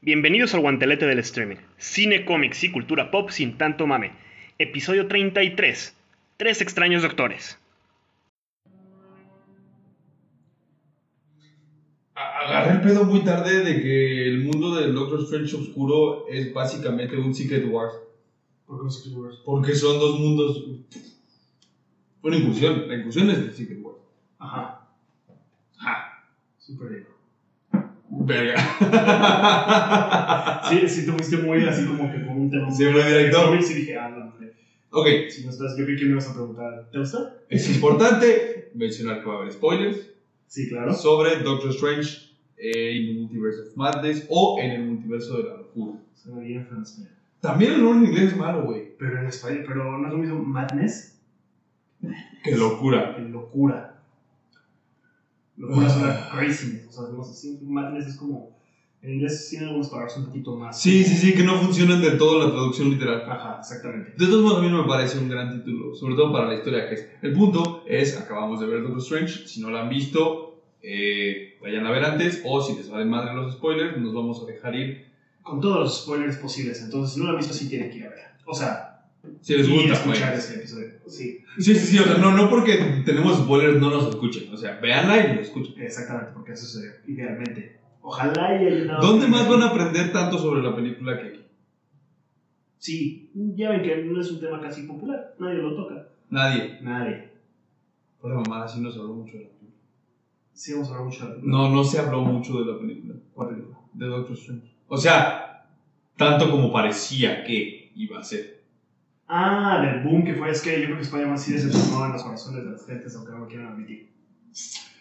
Bienvenidos al guantelete del streaming. Cine, cómics y cultura pop sin tanto mame. Episodio 33. Tres extraños doctores. Agarré el pedo muy tarde de que el mundo del Doctor Strange oscuro es básicamente un Secret Wars. ¿Por qué no Secret Wars? Porque son dos mundos. Una incursión. La incursión es de Secret Wars. Ajá. Ja, Súper bien. verga. Sí, sí, te fuiste muy así como que con un tema. Sí, muy directo. Y sí dije, ah, no, hombre. ok, Si no estás, yo creí que me ibas a preguntar, ¿te gusta? es importante mencionar que va a haber spoilers Sí, claro. sobre Doctor Strange en el Multiverse of Madness o en el Multiverso de la Locura. Se me viene en francés. También el nombre en inglés es malo, güey. Pero en español, pero no es lo mismo madness Qué locura. que locura. Locura es una Ah. craziness. O sea, no sé si madness es como. En inglés tiene algunas palabras un poquito más. Sí, sí, sí, que no funcionan de todo la traducción literal. Ajá, exactamente. De todos modos, a mí no me parece un gran título, sobre todo para la historia que es. El punto es, acabamos de ver Doctor Strange, si no la han visto, eh, vayan a ver antes, o si les valen madre los spoilers, nos vamos a dejar ir. Con todos los spoilers posibles, entonces si no lo han visto, sí tienen que ir a ver. O sea, Si les y gusta, pues. güey. escuchar ese episodio. Sí. Sí, sí, sí, o sea, no, no porque tenemos spoilers no nos escuchen, o sea, véanla y lo escuchen. Exactamente, porque eso sería idealmente. Ojalá y haya una. ¿Dónde más van a aprender tanto sobre la película que aquí? Sí, ya ven que no es un tema casi popular, nadie lo toca. Nadie. Nadie. Por la mamada, sí no se habló mucho de la película. Sí, vamos a hablar mucho de No, no se habló mucho de la película, ¿Cuál película? de Doctor Strange. O sea, tanto como parecía que iba a ser. Ah, del boom que fue, es que yo creo que Spider-Man sí decepcionó en los corazones de las gentes, aunque no lo quieran admitir.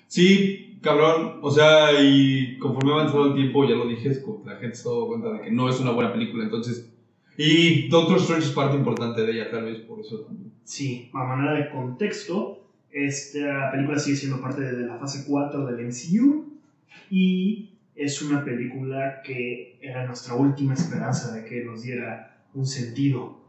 Sí, cabrón. O sea, y conforme ha avanzado el tiempo, ya lo dije, es como que la gente se ha dado cuenta de que no es una buena película. Entonces, y Doctor Strange es parte importante de ella, tal vez por eso también. Sí, a manera de contexto, esta película sigue siendo parte de la fase 4 del MCU y es una película que era nuestra última esperanza de que nos diera un sentido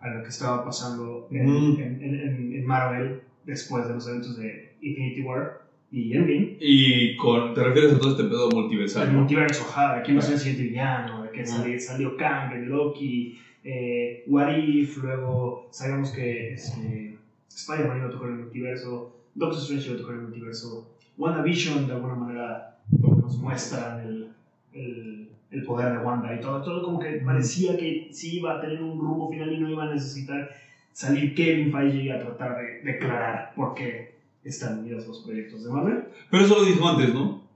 a lo que estaba pasando en, Mm. en- en- en- en Marvel después de los eventos de Infinity War y Endgame. Y con, te refieres a todo este pedo El multiversal. ¿no? multiverso, ajá, de quién va a ser el siguiente villano, de que sali- salió Kang, el Loki, eh, What If, luego sabíamos que este, Spider-Man iba a tocar el multiverso, Doctor Strange iba a tocar el multiverso, WandaVision de alguna manera nos muestran el, el, el poder de Wanda y todo, todo como que parecía que sí iba a tener un rumbo final y no iba a necesitar salir Kevin Feige a tratar de declarar por qué están unidos los proyectos de Marvel. Pero eso lo dijo antes, ¿no?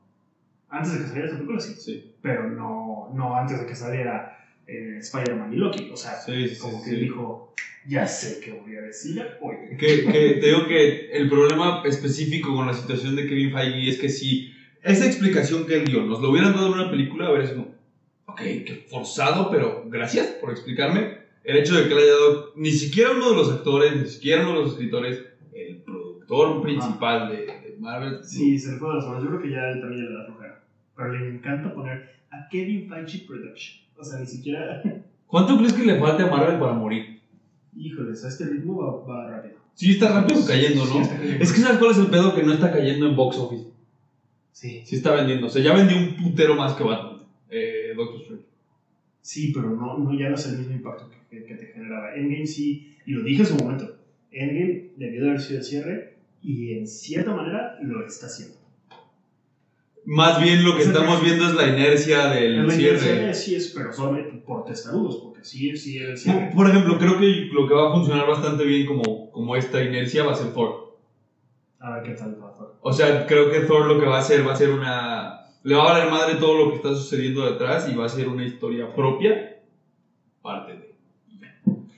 Antes de que saliera esta película, sí Sí. pero no, no antes de que saliera eh, Spider-Man y Loki. O sea, Sí, sí, como sí, que sí. dijo, ya sé qué voy a decir hoy. Que, que te digo que el problema específico con la situación de Kevin Feige es que si esa explicación que él dio nos lo hubieran dado en una película, a ver, es como, ok, que forzado, pero gracias por explicarme. El hecho de que le haya dado ni siquiera uno de los actores, ni siquiera uno de los escritores, el productor principal de, de Marvel. Ah. Sí, se le fue de las manos. Yo creo que ya él también ya le da flojera. Pero le encanta poner a Kevin Feige Production. O sea, ni siquiera... ¿Cuánto crees que le falta a Marvel para morir? Híjoles, a este ritmo va, va rápido. Sí, está rápido cayendo, Sí, ¿no? está cayendo. Es que sabes cuál es el pedo que no está cayendo en box office. Sí. Sí está vendiendo. O sea, ya vendió un putero más que Batman. Eh, Doctor Strange. Sí, pero no, no, ya no es el mismo impacto que, que- que te generaba. Endgame sí, y lo dije en su momento, Endgame debió de haber sido el cierre y en cierta manera lo está haciendo. Más bien lo que Es el estamos primer- viendo es la inercia En del la cierre. cierre sí es, pero solamente por testarudos, porque sí, sí era el Por, cierre. por ejemplo, creo que lo que va a funcionar bastante bien como, como esta inercia va a ser Thor. A ver qué tal va a ser. O sea, creo que Thor lo que va a hacer va a ser una... Le va a valer madre todo lo que está sucediendo detrás y va a ser una historia propia. Parte de...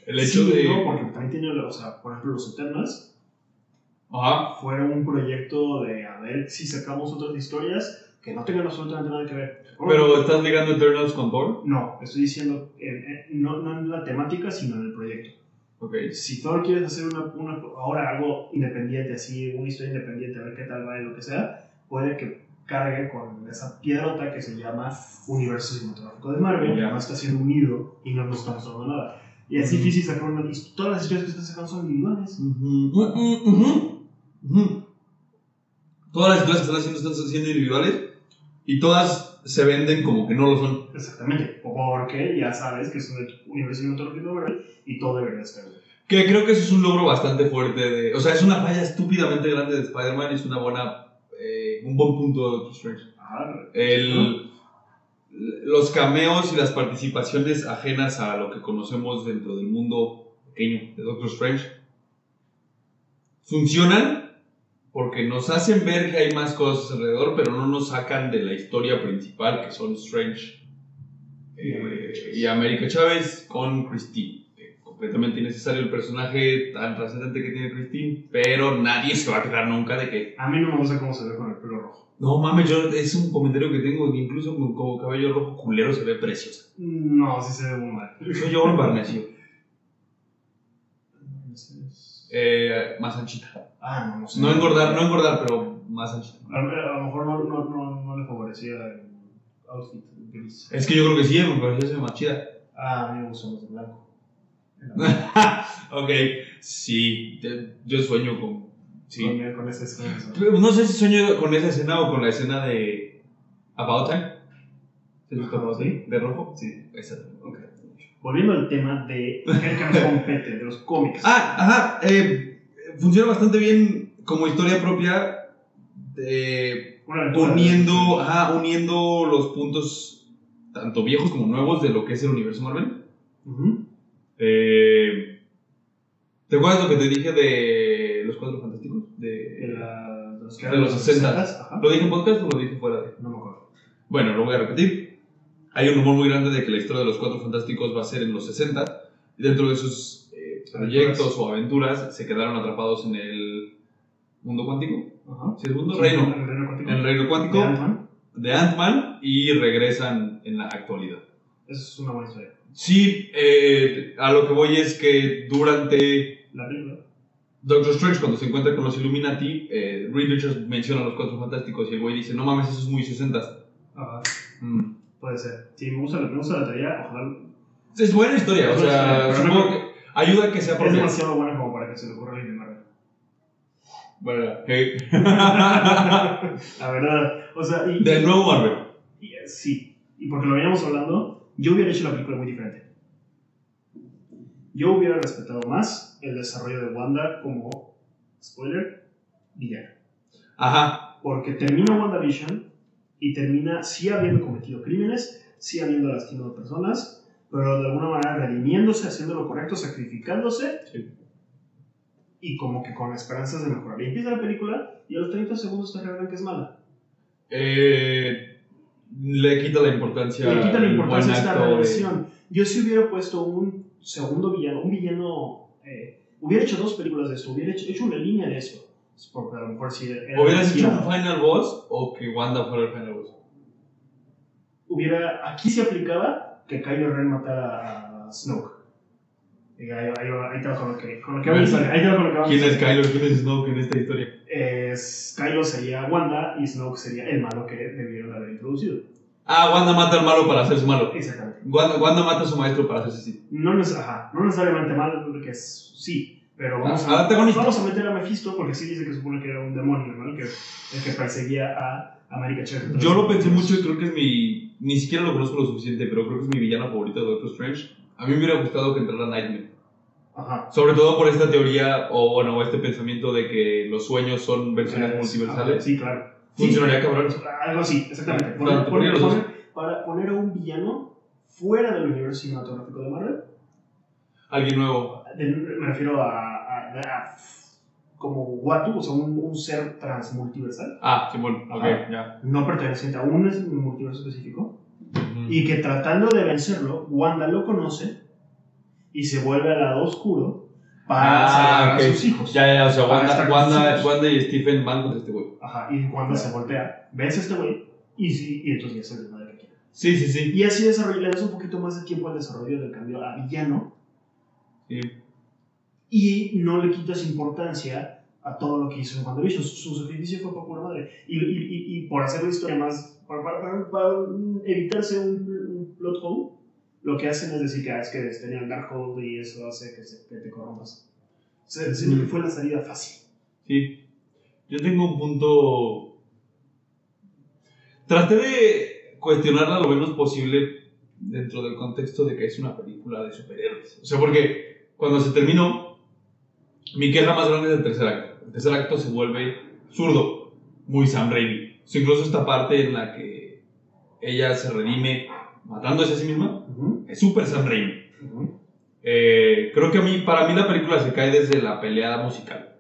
El hecho Sí, de... No, porque también tiene, o sea, por ejemplo, los Eternas Ajá. fueron un proyecto de a ver si sacamos otras historias que no tengan absolutamente nada que ver. Pero estás ligando Eternals con Thor. No, estoy diciendo, eh, eh, no, no en la temática, sino en el proyecto. Ok. si Thor quieres hacer una, una- ahora algo independiente, así, una historia independiente, a ver qué tal va y lo que sea, puede que cargue con esa piedrota que se llama universo cinematográfico de Marvel, Ya. que no está siendo unido y no nos estamos dando nada. Y es Ujú. difícil sacar una. y Todas las historias que están sacando son individuales. Ujú, ujú, ujú, ujú. Todas las historias que están haciendo están siendo individuales y todas se venden como que no lo son. Exactamente, porque ya sabes que es un universo cinematográfico real y todo debería estar. Que creo que eso es un logro bastante fuerte. De, o sea, es una falla estúpidamente grande de Spider-Man y es una buena, eh, un buen punto de Doctor Strange. Ah, El, los cameos y las participaciones ajenas a lo que conocemos dentro del mundo pequeño de Doctor Strange funcionan porque nos hacen ver que hay más cosas alrededor, pero no nos sacan de la historia principal que son Strange Y eh, América Chávez. y América Chávez con Christine. Eh, Completamente innecesario el personaje tan trascendente que tiene Christine, pero nadie se va a quedar nunca de que a mí no me gusta cómo se ve con el pelo rojo. no mames, yo es un comentario que tengo que incluso con, con cabello rojo culero se ve preciosa. No, sí se ve muy mal. Soy yo un Parnesio. Eh, más anchita. Pues, Ah, no, no sé. No engordar, no engordar, pero más anchita. A, a lo mejor no, no, no, no le favorecía el outfit gris. Es que yo creo que sí, me pareció ser más chida. Ah, a mí me gusta más el blanco. ok, sí, te- yo sueño con. Sí. Con, con ese esfuerzo. No sé si sueño con esa escena o con la escena de About Time. ¿Te gusta About Time? ¿De rojo? Sí, esa. Ok. Volviendo al tema de el que nos compete, de los cómics. Ah, ajá. eh, funciona bastante bien como historia propia, eh, Una aventura. poniendo, ajá, uniendo los puntos tanto viejos como nuevos de lo que es el universo Marvel. Ujú. Eh, ¿Te acuerdas lo que te dije de los cuatro fantásticos? De, De, la- de los que De eran los 60s. Ajá. ¿Lo dije en podcast o lo dije fuera de? No me acuerdo. Bueno, lo voy a repetir. Hay un rumor muy grande de que la historia de los Cuatro Fantásticos va a ser en los 60. Y dentro de sus eh, proyectos o aventuras se quedaron atrapados en el mundo cuántico. Ajá. Sí, el mundo reino. El reino cuántico. En el reino De cuántico Ant-Man. de Ant-Man y regresan en la actualidad. Eso es una buena historia. Sí, eh, a lo que voy es que durante La película. Doctor Strange, cuando se encuentra con los Illuminati, eh, Reed Richards menciona a los Cuatro Fantásticos y el güey dice, no mames, eso es muy 60. Ajá. Mm. Puede ser. Sí, me gusta, la- me gusta la teoría. Ojalá. Es buena historia, o sea, Pero supongo no- que ayuda a que sea Es propia. demasiado buena como para que se le ocurra a alguien de Marvel. Bueno, hey. La verdad. O sea, y, Del nuevo Marvel. y, eh, sí. Y porque lo veníamos hablando, yo hubiera hecho la película muy diferente. Yo hubiera respetado más el desarrollo de Wanda como, spoiler, villana. Ajá. Porque termina WandaVision y termina sí habiendo cometido crímenes, sí habiendo lastimado personas, pero de alguna manera redimiéndose, haciendo lo correcto, sacrificándose. Sí. Y como que con esperanzas de mejorar. Y empieza la película y a los 30 segundos te revelan que es mala. Eh, le quita la importancia. le quita la al importancia a buen esta acto de- relación. Yo sí hubiera puesto un segundo villano, un villano. eh, hubiera hecho dos películas de esto, hubiera hecho, hecho una línea de eso. Es Porque a lo mejor si era- ¿Hubieras hecho era- un final boss o que Wanda fuera el final boss? hubiera- Aquí se aplicaba que Kylo Ren matara a Snoke. Y ahí, ahí, va- ahí te va con lo que, con lo que A va a ver, salir, ahí te va con lo que va a ¿Quién es salir. Kylo? ¿Quién es Snoke en esta historia? Es- Kylo sería Wanda y Snoke sería el malo que debieron de haber introducido. Ah, Wanda mata al malo para hacerse malo. Exactamente. Wanda, Wanda mata a su maestro para hacerse así. No, neces- ajá, no necesariamente mal, porque es, sí, pero vamos Ah, a, antagonista. vamos a meter a Mephisto porque sí dice que supone que era un demonio, ¿no? El que, el que perseguía a América Chávez. Yo lo pensé mucho y creo que es mi. Ni siquiera lo conozco lo suficiente, pero creo que es mi villano favorito de Doctor Strange. A mí me hubiera gustado que entrara Nightmare. Ajá. Sobre todo por esta teoría, o bueno, este pensamiento de que los sueños son versiones Eh, ajá, multiversales. Sí, claro. Funcionaría cabrón. Sí, algo así, exactamente. Claro, Poner- te poner- ponía los dos. poner- para poner a un villano fuera del universo cinematográfico de Marvel, Alguien nuevo. de- me refiero a, a- a- como Watu, o sea, un, un ser transmultiversal, Ah, Simón, ok, Ajá. ya. no perteneciente a un multiverso específico, Y y que tratando de vencerlo, Wanda lo conoce y se vuelve al lado oscuro para Ah, salvar ok. a sus hijos. ya, ya, o sea, Para Wanda, estar Wanda, juntos. Wanda y Stephen van contra este güey. Ajá, y Wanda se voltea, vence a este güey y, sí- y entonces ya se desmadre que quiere. Sí, sí, sí. Y así desarrolla, le das un poquito más de tiempo al desarrollo del cambio a villano Sí. y no le quitas importancia a todo lo que hizo en WandaVision. Su, su sacrificio fue por pura madre. Y, y, y- y por hacer la historia más, para, para- para- para evitarse un, un plot hole, lo que hacen es decir que ah, es que tenía el Darkhold y eso hace que, se- que te corrompas. O sea, es decir, Mm. fue la salida fácil. Sí. Yo tengo un punto. Traté de cuestionarla lo menos posible dentro del contexto de que es una película de superhéroes. O sea, porque cuando se terminó, mi queja más grande es el tercer acto. El tercer acto se vuelve zurdo, muy Sam Raimi. O sea, incluso esta parte en la que ella se redime matándose a sí misma, Ujú, es súper Sam Raimi. ujú. Eh, creo que a mí, para mí la película se cae desde la pelea musical.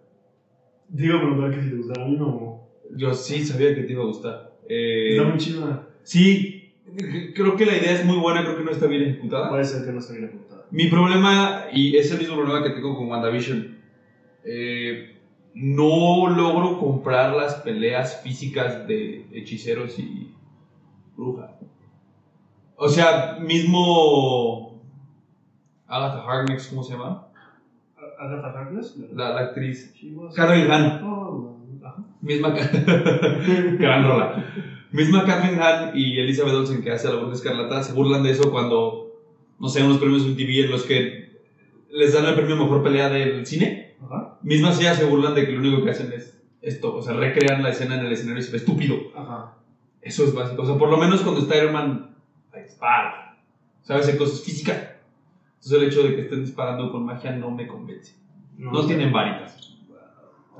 Digo, preguntar que si te gustaba a mí no. Yo sí sabía que te iba a gustar. Eh, Está muy chida. sí, c- creo que la idea es muy buena, creo que no está bien ejecutada. Puede ser que no esté bien apuntada. Mi problema, y es el mismo problema que tengo con WandaVision, eh, no logro comprar las peleas físicas de hechiceros y brujas. O sea, mismo Agatha Harkness, ¿cómo se llama? ¿Agatha Harkness? La, la actriz. She was- Carol Hahn. Oh, ajá. Misma ca- gran rola. Misma Catherine Hahn y Elizabeth Olsen que hace la voz de Escarlata se burlan de eso cuando, no sé, unos premios un TV en los que les dan el premio mejor pelea del cine. Ajá. Mismas ellas se burlan de que lo único que hacen es esto, o sea, recrean la escena en el escenario y se ve estúpido. Ajá. Eso es básico. O sea, por lo menos cuando está Iron Man, hay disparos. ¿Sabes? Hay cosas físicas. Entonces el hecho de que estén disparando con magia no me convence. No tienen varitas.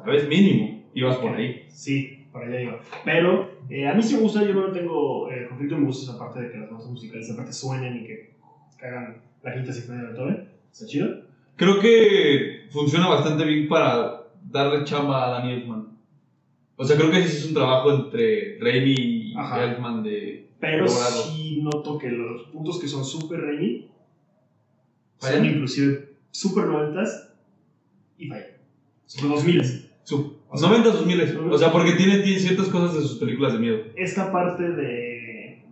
A veces mínimo. Y vas por ahí. Sí, por allá iba. Pero eh, a mí sí me gusta, yo no tengo eh, conflicto, me gusta esa parte de que las notas musicales aparte suenen y que cagan la quinta sinfonía de Beethoven. Está chido. Creo que funciona bastante bien para darle chamba a Danny Elfman. O sea, creo que sí es un trabajo entre Raimi y Ajá. Elfman de... Pero Logrado. sí noto que los puntos que son súper Raimi son Fallan. inclusive súper noventas y vaya. Son dos miles. Su, O sea, 90 sus miles. O sea, porque tiene, tiene ciertas cosas de sus películas de miedo. Esta parte de,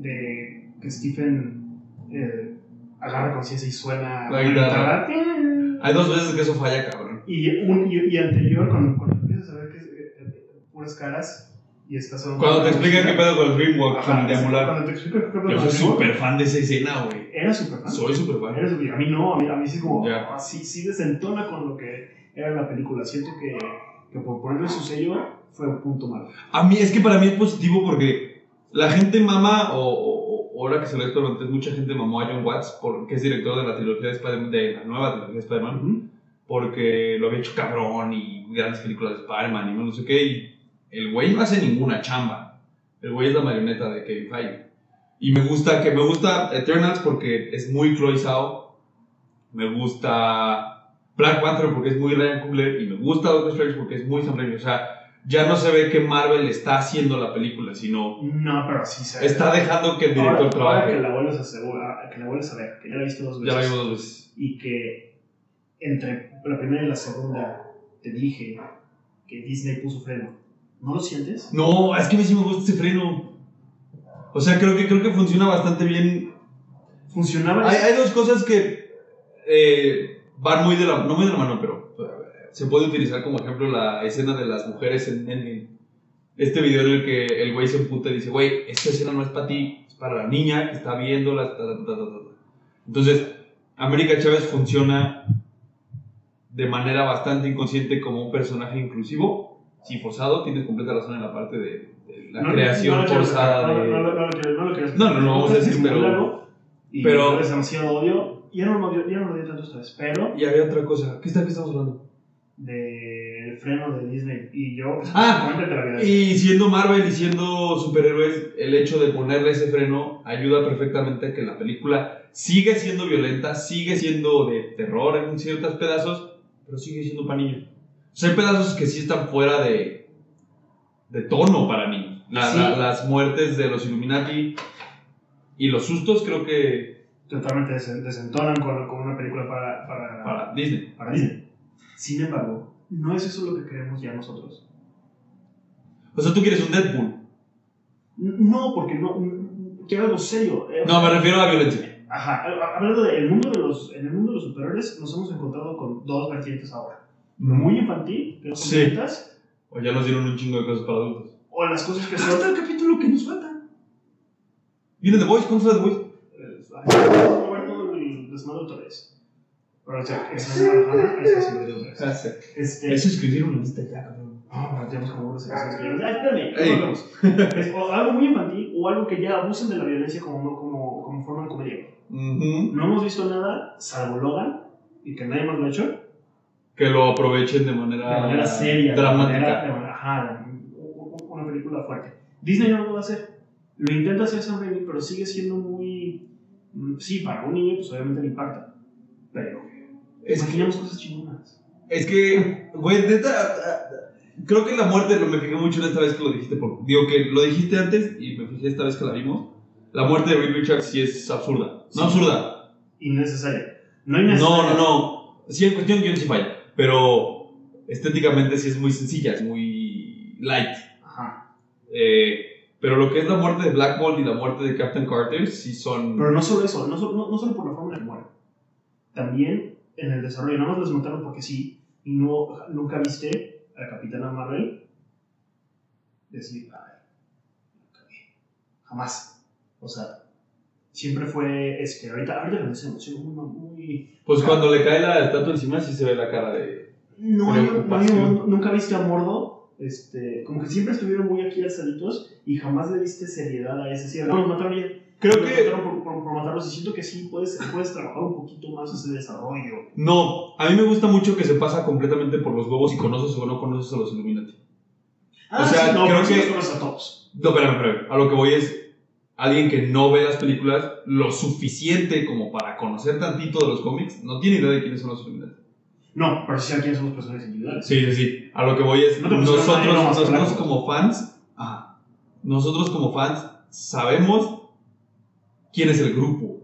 de que Stephen eh, agarra conciencia y suena La guitarra. una guitarra. Hay dos veces que eso falla, cabrón. Y, un, y, y anterior, cuando, cuando empiezas a ver que es eh, eh, puras caras y estás solo- Cuando te explican qué pedo con el Dreamwalk, Ajá, con el deambular. Cuando te explican qué pedo con Yo soy el Dreamwalk, Ah. súper fan de esa escena, güey. Era súper fan. Soy súper fan. Era súper- a mí no, a mí, a mí sí es como. Ya. ah, sí, sí desentona con lo que era la película. Siento que, que por ponerle su sello fue un punto malo. A mí, es que para mí es positivo porque la gente mama, o, o- o ahora que se lo experimenté, mucha gente mamó a John Watts, porque es director de la trilogía de Spider-Man, de la nueva trilogía de Spider-Man. Ujú. porque lo había hecho cabrón y grandes películas de Spider-Man y no sé qué. Y el güey no hace ninguna chamba. El güey es la marioneta de Kevin Feige. Y me gusta que me gusta Eternals porque es muy Chloe Zhao. Me gusta Black Panther porque es muy Ryan Coogler y me gusta Doctor Strange porque es muy Sam Raimi. O sea, ya no se ve que Marvel está haciendo la película, sino No, pero sí se. está dejando que el director Ahora- ahora trabaje. que la vuelves a asegurar- que la vuelves a ver, que ya la viste dos veces. Ya la vimos dos veces. y que entre la primera y la segunda te dije que Disney puso freno. ¿No lo sientes? No, es que a mí sí me gusta ese freno. O sea, creo que creo que funciona bastante bien Funcionaba. Hay, hay dos cosas que eh, van muy de la no muy de la mano, pero eh, se puede utilizar como ejemplo la escena de las mujeres en Endgame. Este video en el que el güey se emputa y dice, güey, esta escena no es para ti, es para la niña que está viéndola. ta, ta, ta, ta, ta, ta". Entonces, América Chávez funciona de manera bastante inconsciente como un personaje inclusivo. Si forzado, tienes completa razón en la parte de, de la No, creación no lo quiero forzada sacar, de... No, no, no, no lo quiero- no lo quieres. No, no, no, vamos a decir, pero- Y pero- pero. Es demasiado odio. Ya no lo odio, ya no lo odio tanto esta vez, pero. Y había otra cosa. ¿Qué, está, ¿Qué estamos hablando? Del freno de Disney. Y yo. Ah, Cuéntate la vida. Y siendo Marvel y siendo superhéroes, el hecho de ponerle ese freno ayuda perfectamente a que la película sigue siendo violenta, sigue siendo de terror en ciertos pedazos, pero sigue siendo para niños. O sea, hay pedazos que sí están fuera de, de tono para niños. La- Sí. la- las muertes de los Illuminati y los sustos creo que Totalmente des- desentonan con, con una película para, para, para Disney. para Disney. Sin embargo, no es eso lo que queremos ya nosotros. O sea, tú quieres un Deadpool. No, porque no. mm, Quiero algo serio. Eh, No, me refiero a la violencia. Ajá. a- Hablando del mundo de los. En el mundo de los superhéroes nos hemos encontrado con dos vertientes ahora. Muy infantil, que no son Sí. violentas, O ya nos dieron un chingo de cosas para adultos. o las cosas que son. Falta el capítulo que nos falta. ¿Viene The Voice? ¿Cuándo fue The Voice? eh, ay, Roberto, el desmadre otra vez. Pero o sea, esa es ajá, esa sí lo digo otra vez. Eso Este, es escribir una lista ya, cabrón. No, planteamos como unos asesinos que ya- ¡Ay, Ey. espérame! volvemos. Es o algo muy infantil o algo que ya abusen de la violencia como, como, como forma de comedia. Ujú. No hemos visto nada, salvo Logan, y que nadie más lo ha hecho, de Que lo aprovechen de manera, manera seria, de manera, de Ah, dramática. manera- ajá, u- u- una película fuerte. Disney no lo va a hacer. Lo intenta hacer Sam Raimi, pero sigue siendo muy... mm, Sí, para un niño, pues obviamente le impacta. Pero Es que, imaginemos cosas chingonas. es que, güey, neta, ah, ah, creo que la muerte, lo me fijé mucho en esta vez que lo dijiste, por- digo que lo dijiste antes y me fijé esta vez que la vimos. La muerte de Reed Richards sí es absurda. Sí. No absurda. Innecesaria. No No, innecesaria. no, no. Sí, en cuestión guión sí falla. Pero estéticamente sí es muy sencilla, es muy light. Ajá. Eh, pero lo que es la muerte de Black Bolt y la muerte de Captain Carter sí son... Pero no solo eso, no solo, no, no solo por la forma en la que muere. También en el desarrollo. Nada más les mataron porque sí. Y no, nunca viste a la capitana Marvel decir, ay, la cagué". Jamás. O sea, siempre fue. Este, ahorita, ahorita lo hacemos. sí, Muy, muy, Pues cuando le cae la estatua encima sí se ve la cara de... no, hay- no hay- Preocupación. nunca viste a Mordo. Este, como que siempre estuvieron muy aquí alzaditos y jamás le diste seriedad a ese cierre. No, los mataron ya. Creo Los que... mataron por, por- por matarlos y siento que sí puedes, puedes trabajar un poquito más ese desarrollo. No, a mí me gusta mucho que se pasa completamente por los huevos y conoces o no conoces a los Illuminati. O sea, no, creo pero Ah, sí que- los conoces a todos. No, espérame, espérame. A lo que voy es alguien que no ve las películas lo suficiente como para conocer tantito de los cómics. No tiene idea de quiénes son los Illuminati. No, pero sí saben quiénes son los personajes individuales. Sí, sí, sí. A lo que voy es, No te pusieron nosotros, nadie, no, más nosotros claro. como fans, ajá, nosotros como fans sabemos quién es el grupo.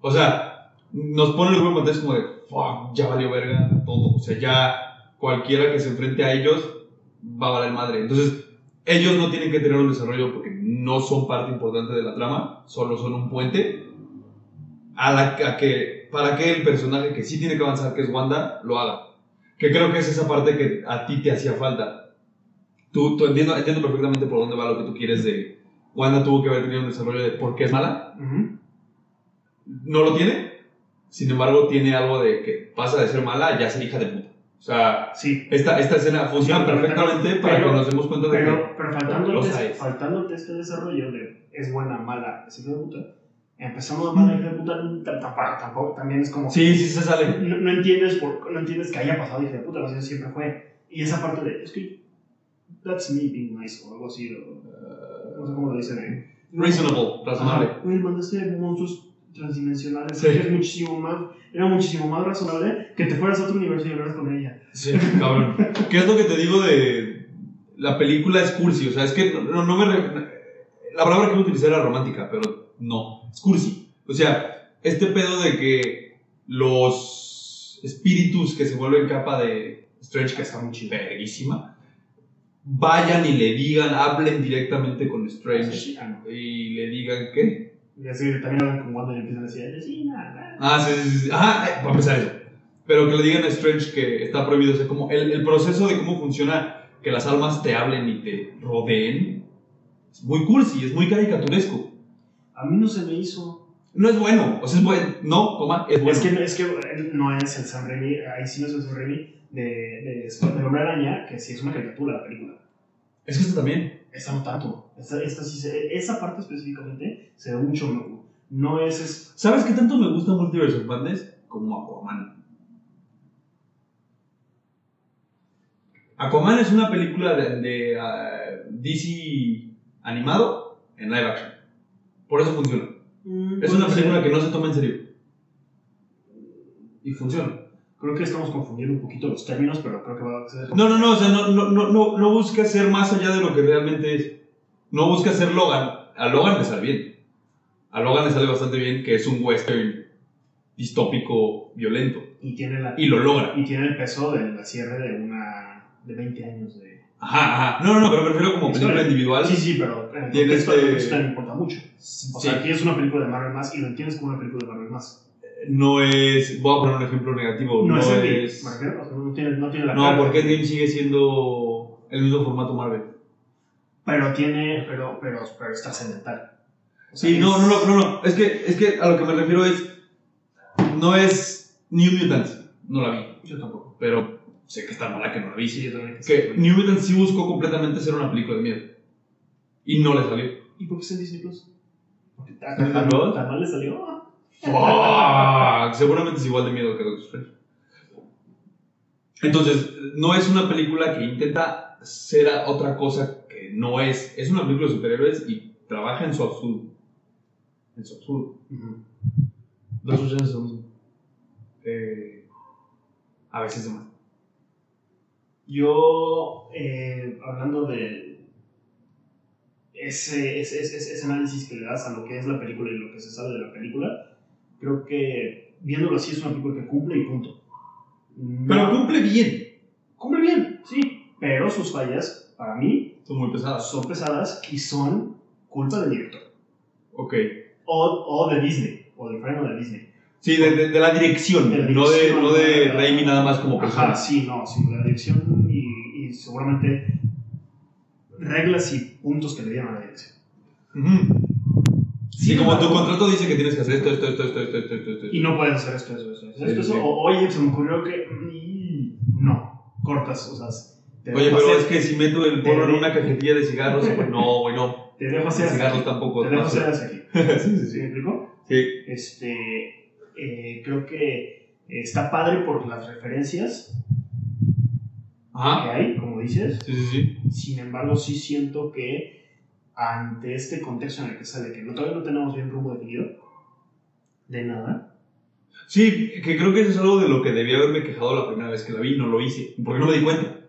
O sea, nos pone el grupo en contexto como de, fuck, ya valió verga todo. O sea, ya cualquiera que se enfrente a ellos va a valer madre. Entonces, ellos no tienen que tener un desarrollo porque no son parte importante de la trama, solo son un puente a la a que para que el personaje que sí tiene que avanzar, que es Wanda, lo haga. Que creo que es esa parte que a ti te hacía falta. Tú, tú entiendo, entiendo perfectamente por dónde va lo que tú quieres de Wanda tuvo que haber tenido un desarrollo de por qué es mala. Ujú. No lo tiene. Sin embargo, tiene algo de que pasa de ser mala a ya ser hija de puta. O sea, Sí, esta, esta escena funciona pero- perfectamente para pero- que nos demos cuenta de que... pero, pero faltándote, Los hay. faltándote este desarrollo de es buena, mala, es hija de puta, empezamos mala, hija de puta, tam- tampoco, tampoco, también es como... Sí, sí se sale. No, no entiendes por, no entiendes que haya pasado hija de puta, no sé, siempre fue. Y esa parte de, es que, that's me being nice, o algo así, o- no sé cómo lo dicen, ¿eh? Reasonable, razonable. Ajá, Güey, mandaste monstruos transdimensionales. Sí. Es muchísimo más, era muchísimo más razonable que te fueras a otro universo y hablaras con ella. Sí, cabrón. ¿Qué es lo que te digo de la película es cursi? O sea, es que no, no me... re- La palabra que iba a utilizar era romántica, pero no, es cursi. O sea, este pedo de que los espíritus que se vuelven capa de Strange, que está muy verguísima, vayan y le digan, hablen directamente con Strange Ah, no. y le digan que... Y así también hablan con Wanda y empiezan a decir, "Ay, sí, nada. Ah, sí, sí, sí. Ajá, eh, para empezar eso. Pero que le digan a Strange que está prohibido. O sea, como el, el proceso de cómo funciona que las almas te hablen y te rodeen es muy cursi, es muy caricaturesco. A mí no se me hizo. No es bueno, o sea, es bueno. No, coma, es bueno. Es que, es que eh, no es el Sam Raimi, ahí sí no es el Sam Raimi de, de, de Hombre Araña, que sí es una caricatura la película. Es que esto también. Esta no tanto. Esta, esta sí se- esa parte específicamente se ve mucho mejor. No es, es ¿Sabes qué tanto me gusta Multiverse of Madness? Como Aquaman. Aquaman es una película de, de, ah, DC animado en live action. Por eso funciona. Es una película que no se toma en serio. Y funciona. Creo que estamos confundiendo un poquito los términos, pero creo que va a ser. No, no, no, o sea, no, no, no, no, no busca ser más allá de lo que realmente es. No busca ser Logan. A Logan le sale bien. A Logan le sale bastante bien que es un western distópico violento. Y tiene, la, Y lo logra. y tiene el peso de la cierre de una. de 20 años de. Ajá, ajá. No, no, no, pero prefiero como película Historia. individual. Sí, sí, pero eh, en el Tiene contexto este- de la película importa mucho. O Sí. sea, aquí es una película de Marvel más y lo entiendes como una película de Marvel más. No es. Voy a poner un ejemplo negativo. No, No, es el es. me refiero, o sea, no tiene, no tiene la No, cara. porque Endgame sigue siendo el mismo formato Marvel. Pero tiene. pero, pero, pero es trascendental. O sea, Sí, no, es- no, no, no, no. Es que, es que a lo que me refiero es. No es New Mutants. No la vi, Yo tampoco. pero sé que está mala que no la vi. Sí, yo también. Que New Mutant sí buscó completamente ser una película de miedo. Y no le salió. ¿Y por qué está en Disney Plus? Porque tan, ¿Disney tan- Plus? tan mal le salió. Fuck. Seguramente es igual de miedo que Doctor Strange. Entonces, no es una película que intenta ser a- otra cosa que no es. Es una película de superhéroes y trabaja en su absurdo. En su absurdo. Doctor Strange es lo mismo. Eh, a veces de más. Yo, eh, hablando de ese, ese, ese, ese análisis que le das a lo que es la película y lo que se sabe de la película, creo que viéndolo así es una película que cumple y punto. No- Pero cumple bien. cumple bien, sí, pero sus fallas, para mí, Son muy pesadas. son pesadas y son culpa del director. Ok. O, o de Disney, o del freno de Disney. Sí, de, de- de la dirección. De la no de, dirección, no de ¿no? Raimi nada más como persona. Ajá, sí, no, sí, la dirección y, y seguramente reglas y puntos que le dieron a la dirección. Ujú. Sí, Sin como tu embargo, contrato dice que tienes que hacer esto, esto, esto, esto, esto, esto, esto, esto. Y no puedes hacer esto, eso, eso, eso, Sí, esto, sí, eso, sí. o, oye, se me ocurrió que... y- No, cortas, o sea, te Oye, dejo pero hacer- es que si meto el porro en una cajetilla de cigarros, pues no, güey, no. Te dejo hacer hasta Cigarros aquí. tampoco. Te dejo no hacer sé. hasta aquí. Sí, sí, ¿Sí me sí. explico? Sí. Este, eh, creo que está padre por las referencias que Ajá. hay, como dices. Sí, sí, sí. Sin embargo, sí siento que ante este contexto en el que sale, que no, todavía no tenemos bien rumbo definido, de nada. Sí, que creo que eso es algo de lo que debía haberme quejado la primera vez que la vi, no lo hice, porque no me di cuenta.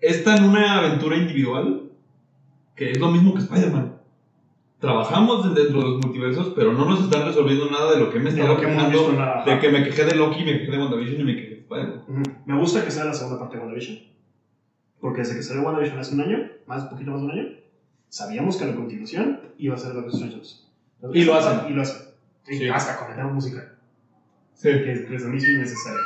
Es tan una aventura individual que es lo mismo que Spider-Man. Trabajamos dentro de los multiversos, pero no nos están resolviendo nada de lo que me De estaba lo que hemos visto quejando. nada. De que me quejé de Loki, me quejé de WandaVision y me quejé de Spider-Man. Ujú. Me gusta que sea la segunda parte de WandaVision. Porque desde que salió WandaVision hace un año, más, un poquito más de un año, sabíamos que a la continuación iba a ser Doctor Strange 2. Y lo hacen. Y lo hacen. Y Sí. hasta conectamos música, Sí. que es, que es a mí sí innecesario.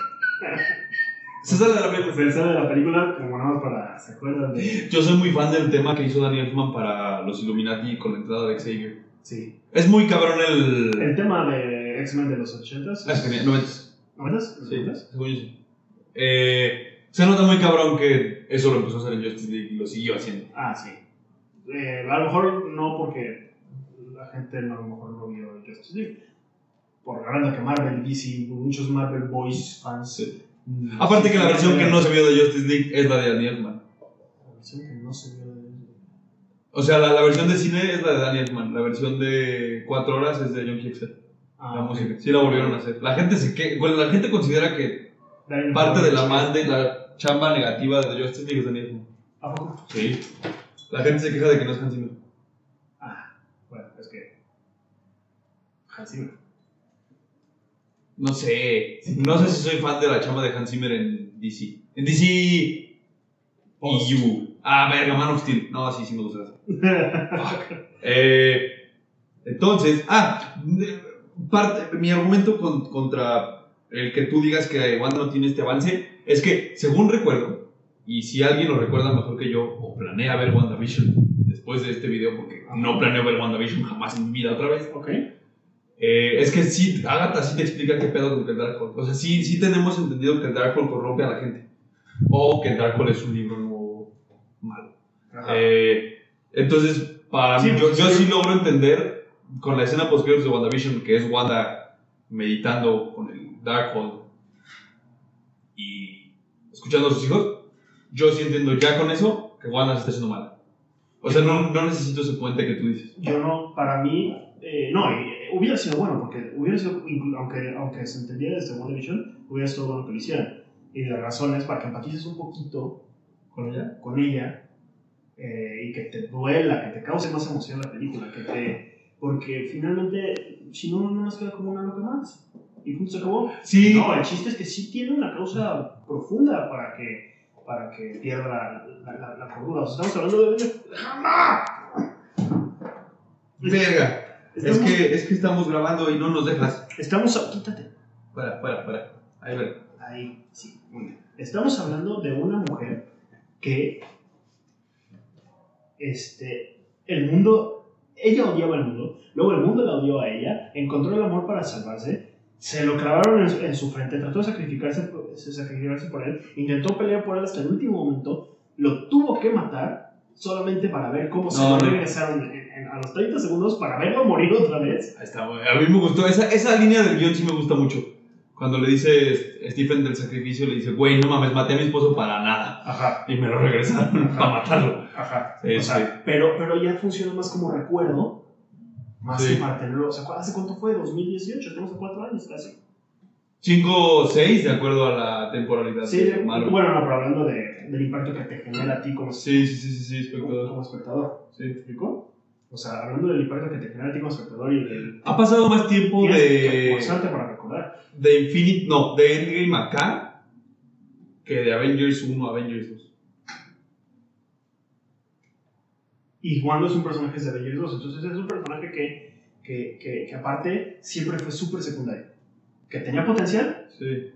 Se sale de la película. Se sale de la película como nada más para, ¿se acuerdan de...? Yo soy muy fan del tema que hizo Daniel Elfman para los Illuminati con la entrada de Xavier. Sí. Es muy cabrón el. El tema de X-Men de los 80s. Ah, es genial, 90. Sí, ¿90s? ¿90s? según yo sí. Eh, se nota muy cabrón que eso lo empezó a hacer en Justice League y lo siguió haciendo. Ah, sí. Eh, a lo mejor no porque la gente no- a lo mejor no vio el Justice League. Por la verdad que Marvel, DC, muchos Marvel Boys fans. Sí. mm, Aparte sí, que la sí, versión sí, que sí. no se vio de Justice League es la de Daniel Elfman. La versión que no se vio de- O sea, la, la versión de cine es la de Daniel Elfman. La versión de 4 horas es de John Hickson. Ah, La ok. música. Sí la volvieron a hacer. La gente se que... Bueno, la gente considera que Dale, parte por de la favor. man de la chamba negativa de Justice League es Daniel Elfman. ¿A poco? Sí. La gente se queja de que no es Hans Zimmer. Ah, bueno, es que. Hans Zimmer. No sé. No sé si soy fan de la chamba de Hans Zimmer en DC. En DC Post. EU. Ah, verga, Man of Steel. No, sí, sí me gusta. Eh, entonces, ah, eh, parte, mi argumento con- contra el que tú digas que Wanda no tiene este avance es que, según recuerdo, y si alguien lo recuerda mejor que yo, o planea ver WandaVision después de este video, porque no planeo ver WandaVision jamás en mi vida otra vez, ok. Eh, es que sí, Agatha sí te explica qué pedo con que el Darkhold. O sea, sí, sí tenemos entendido que el Darkhold corrompe a la gente. O que el Darkhold es un libro nuevo malo. Ajá. Eh, entonces, para Sí, mí, yo, pues, yo sí. sí logro entender con la escena post de WandaVision, que es Wanda meditando con el Darkhold y escuchando a sus hijos. Yo sí entiendo ya con eso que Wanda se está haciendo mal. O sea, no, no necesito ese puente que tú dices. Yo no, para mí, eh, no, eh, hubiera sido bueno, porque hubiera sido, inclu- aunque, aunque se entendiera desde One Division, hubiera sido bueno que lo hicieran. Y la razón es para que empatices un poquito ¿Con ella? con ella eh, y que te duela, que te cause más emoción la película, que te, porque finalmente, si no, no más queda como una nota más. Y punto, se acabó. Sí. No, el chiste es que sí tiene una causa profunda para que, para que pierda la, la, la, la cordura. O sea, estamos hablando de... Verga. Es Estamos- que, es que estamos grabando y no nos dejas. Estamos... a- Quítate. Fuera, fuera, fuera. Ahí ver. Ahí, sí, muy bien. Estamos hablando de una mujer que. Este. El mundo. Ella odiaba al mundo, luego el mundo la odió a ella, encontró el amor para salvarse, se lo clavaron en, su- en su frente, trató de sacrificarse, por- se- sacrificarse por él, intentó pelear por él hasta el último momento, lo tuvo que matar solamente para ver cómo se No, lo no. regresaron en- en- a los 30 segundos para verlo morir otra vez. Ahí está, güey. A mí me gustó. Esa, esa línea del guión sí me gusta mucho. Cuando le dice este, Stephen del sacrificio, le dice, güey, no mames, maté a mi esposo para nada. Ajá, Y me lo regresaron a matarlo. ajá. Sí, O sea, pero, pero ya funciona más como recuerdo, más Sí. que para tenerlo. O sea, ¿cu- ¿hace cuánto fue? 2018, estamos a cuatro años casi. 5 o 6 de acuerdo a la temporalidad Sí, de Marvel. bueno, no, pero hablando de- del impacto que te genera a ti como Sí, sí, sí, sí, sí, como, espectador. como espectador. Sí. ¿Me explicó? O sea, hablando del impacto que te genera a ti como espectador y del. Ha pasado más tiempo tienes que de, esforzarte para recordar. de Infinite, no, de Endgame acá que de Avengers 1 a Avengers 2. Y cuando es un personaje de Avengers 2, entonces es un personaje que, que, que, que aparte siempre fue súper secundario. Que tenía potencial, Sí.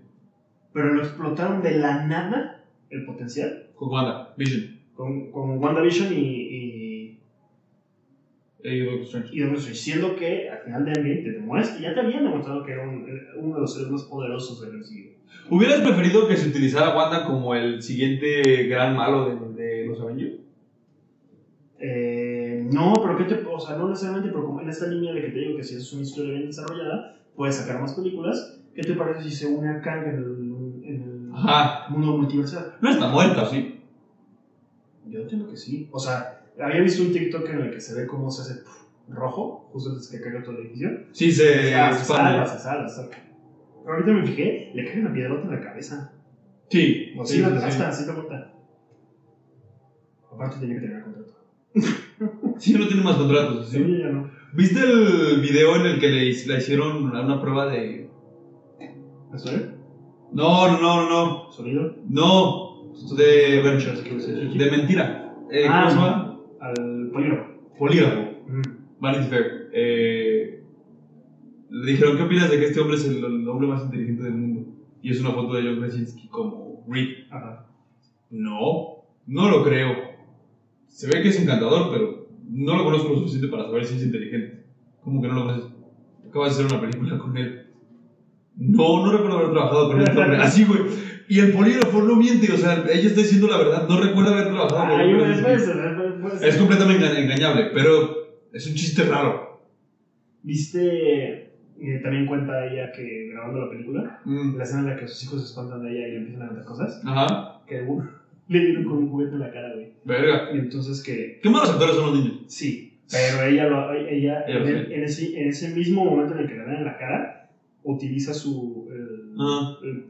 pero lo explotaron de la nada el potencial Con Wanda, Vision, con, con WandaVision y, y, eh, Doctor Strange. y Doctor Strange, siendo que al final de Endgame te demuestra, ya te habían demostrado que era un- era uno de los seres más poderosos del MCU. ¿Hubieras preferido que se utilizara Wanda como el siguiente gran malo de, de los Avengers? Eh, no, pero ¿qué te O sea, no necesariamente, pero como en esta línea de que te digo que si es una historia bien desarrollada, puedes sacar más películas. ¿Qué te parece si se une a Kang en el, en el Ajá. mundo multiversal? Ah, No está muerta, sí. Yo entiendo que sí. O sea, había visto un TikTok en el que se ve cómo se hace puf, rojo, justo antes que caiga todo el edificio. Sí, se Ah, se salva, expande. se salva, se salva. Pero ahorita me fijé, le cae una piedrota en la cabeza. Sí. O sí, Pues sí, la sí, sí. aplasta, sí la aplasta. Aparte tenía que tener contrato. Sí, no tiene más contratos. Sí. Sí, ya no. ¿Viste el video en el que le, hic- le hicieron una, una prueba de... ¿La suena? No, no, no, ¿Sonido? no, no, de, de De... mentira. Eh, Ah, ¿Cómo se llama? Al polígrafo. Polígrafo, Mm. Vanity Fair. Eh, le dijeron, ¿qué opinas de que este hombre es el, el hombre más inteligente del mundo? Y es una foto de John Krasinski como Reed. Ajá. No, no lo creo. Se ve que es encantador, pero no lo conozco lo suficiente para saber si es inteligente. ¿Cómo que no lo conoces? Acabas de hacer una película con él. No, no recuerdo haber trabajado con este hombre. Así, güey. Y el polígrafo no miente, o sea, ella está diciendo la verdad. No recuerda haber trabajado con Ay, él. unas veces, unas veces. Es completamente enga- engañable, pero es un chiste raro. ¿Viste? eh, también cuenta ella que grabando la película, Mm. la escena en la que sus hijos se espantan de ella y le empiezan a contar cosas, Ajá, que uh, le dieron con un juguete en la cara, güey. verga. Y entonces que Qué malos actores son los niños. Sí, pero ella, lo, ella Ella lo en, en ese, en ese mismo momento en el que le dan en la cara, utiliza su. el- Ah. el-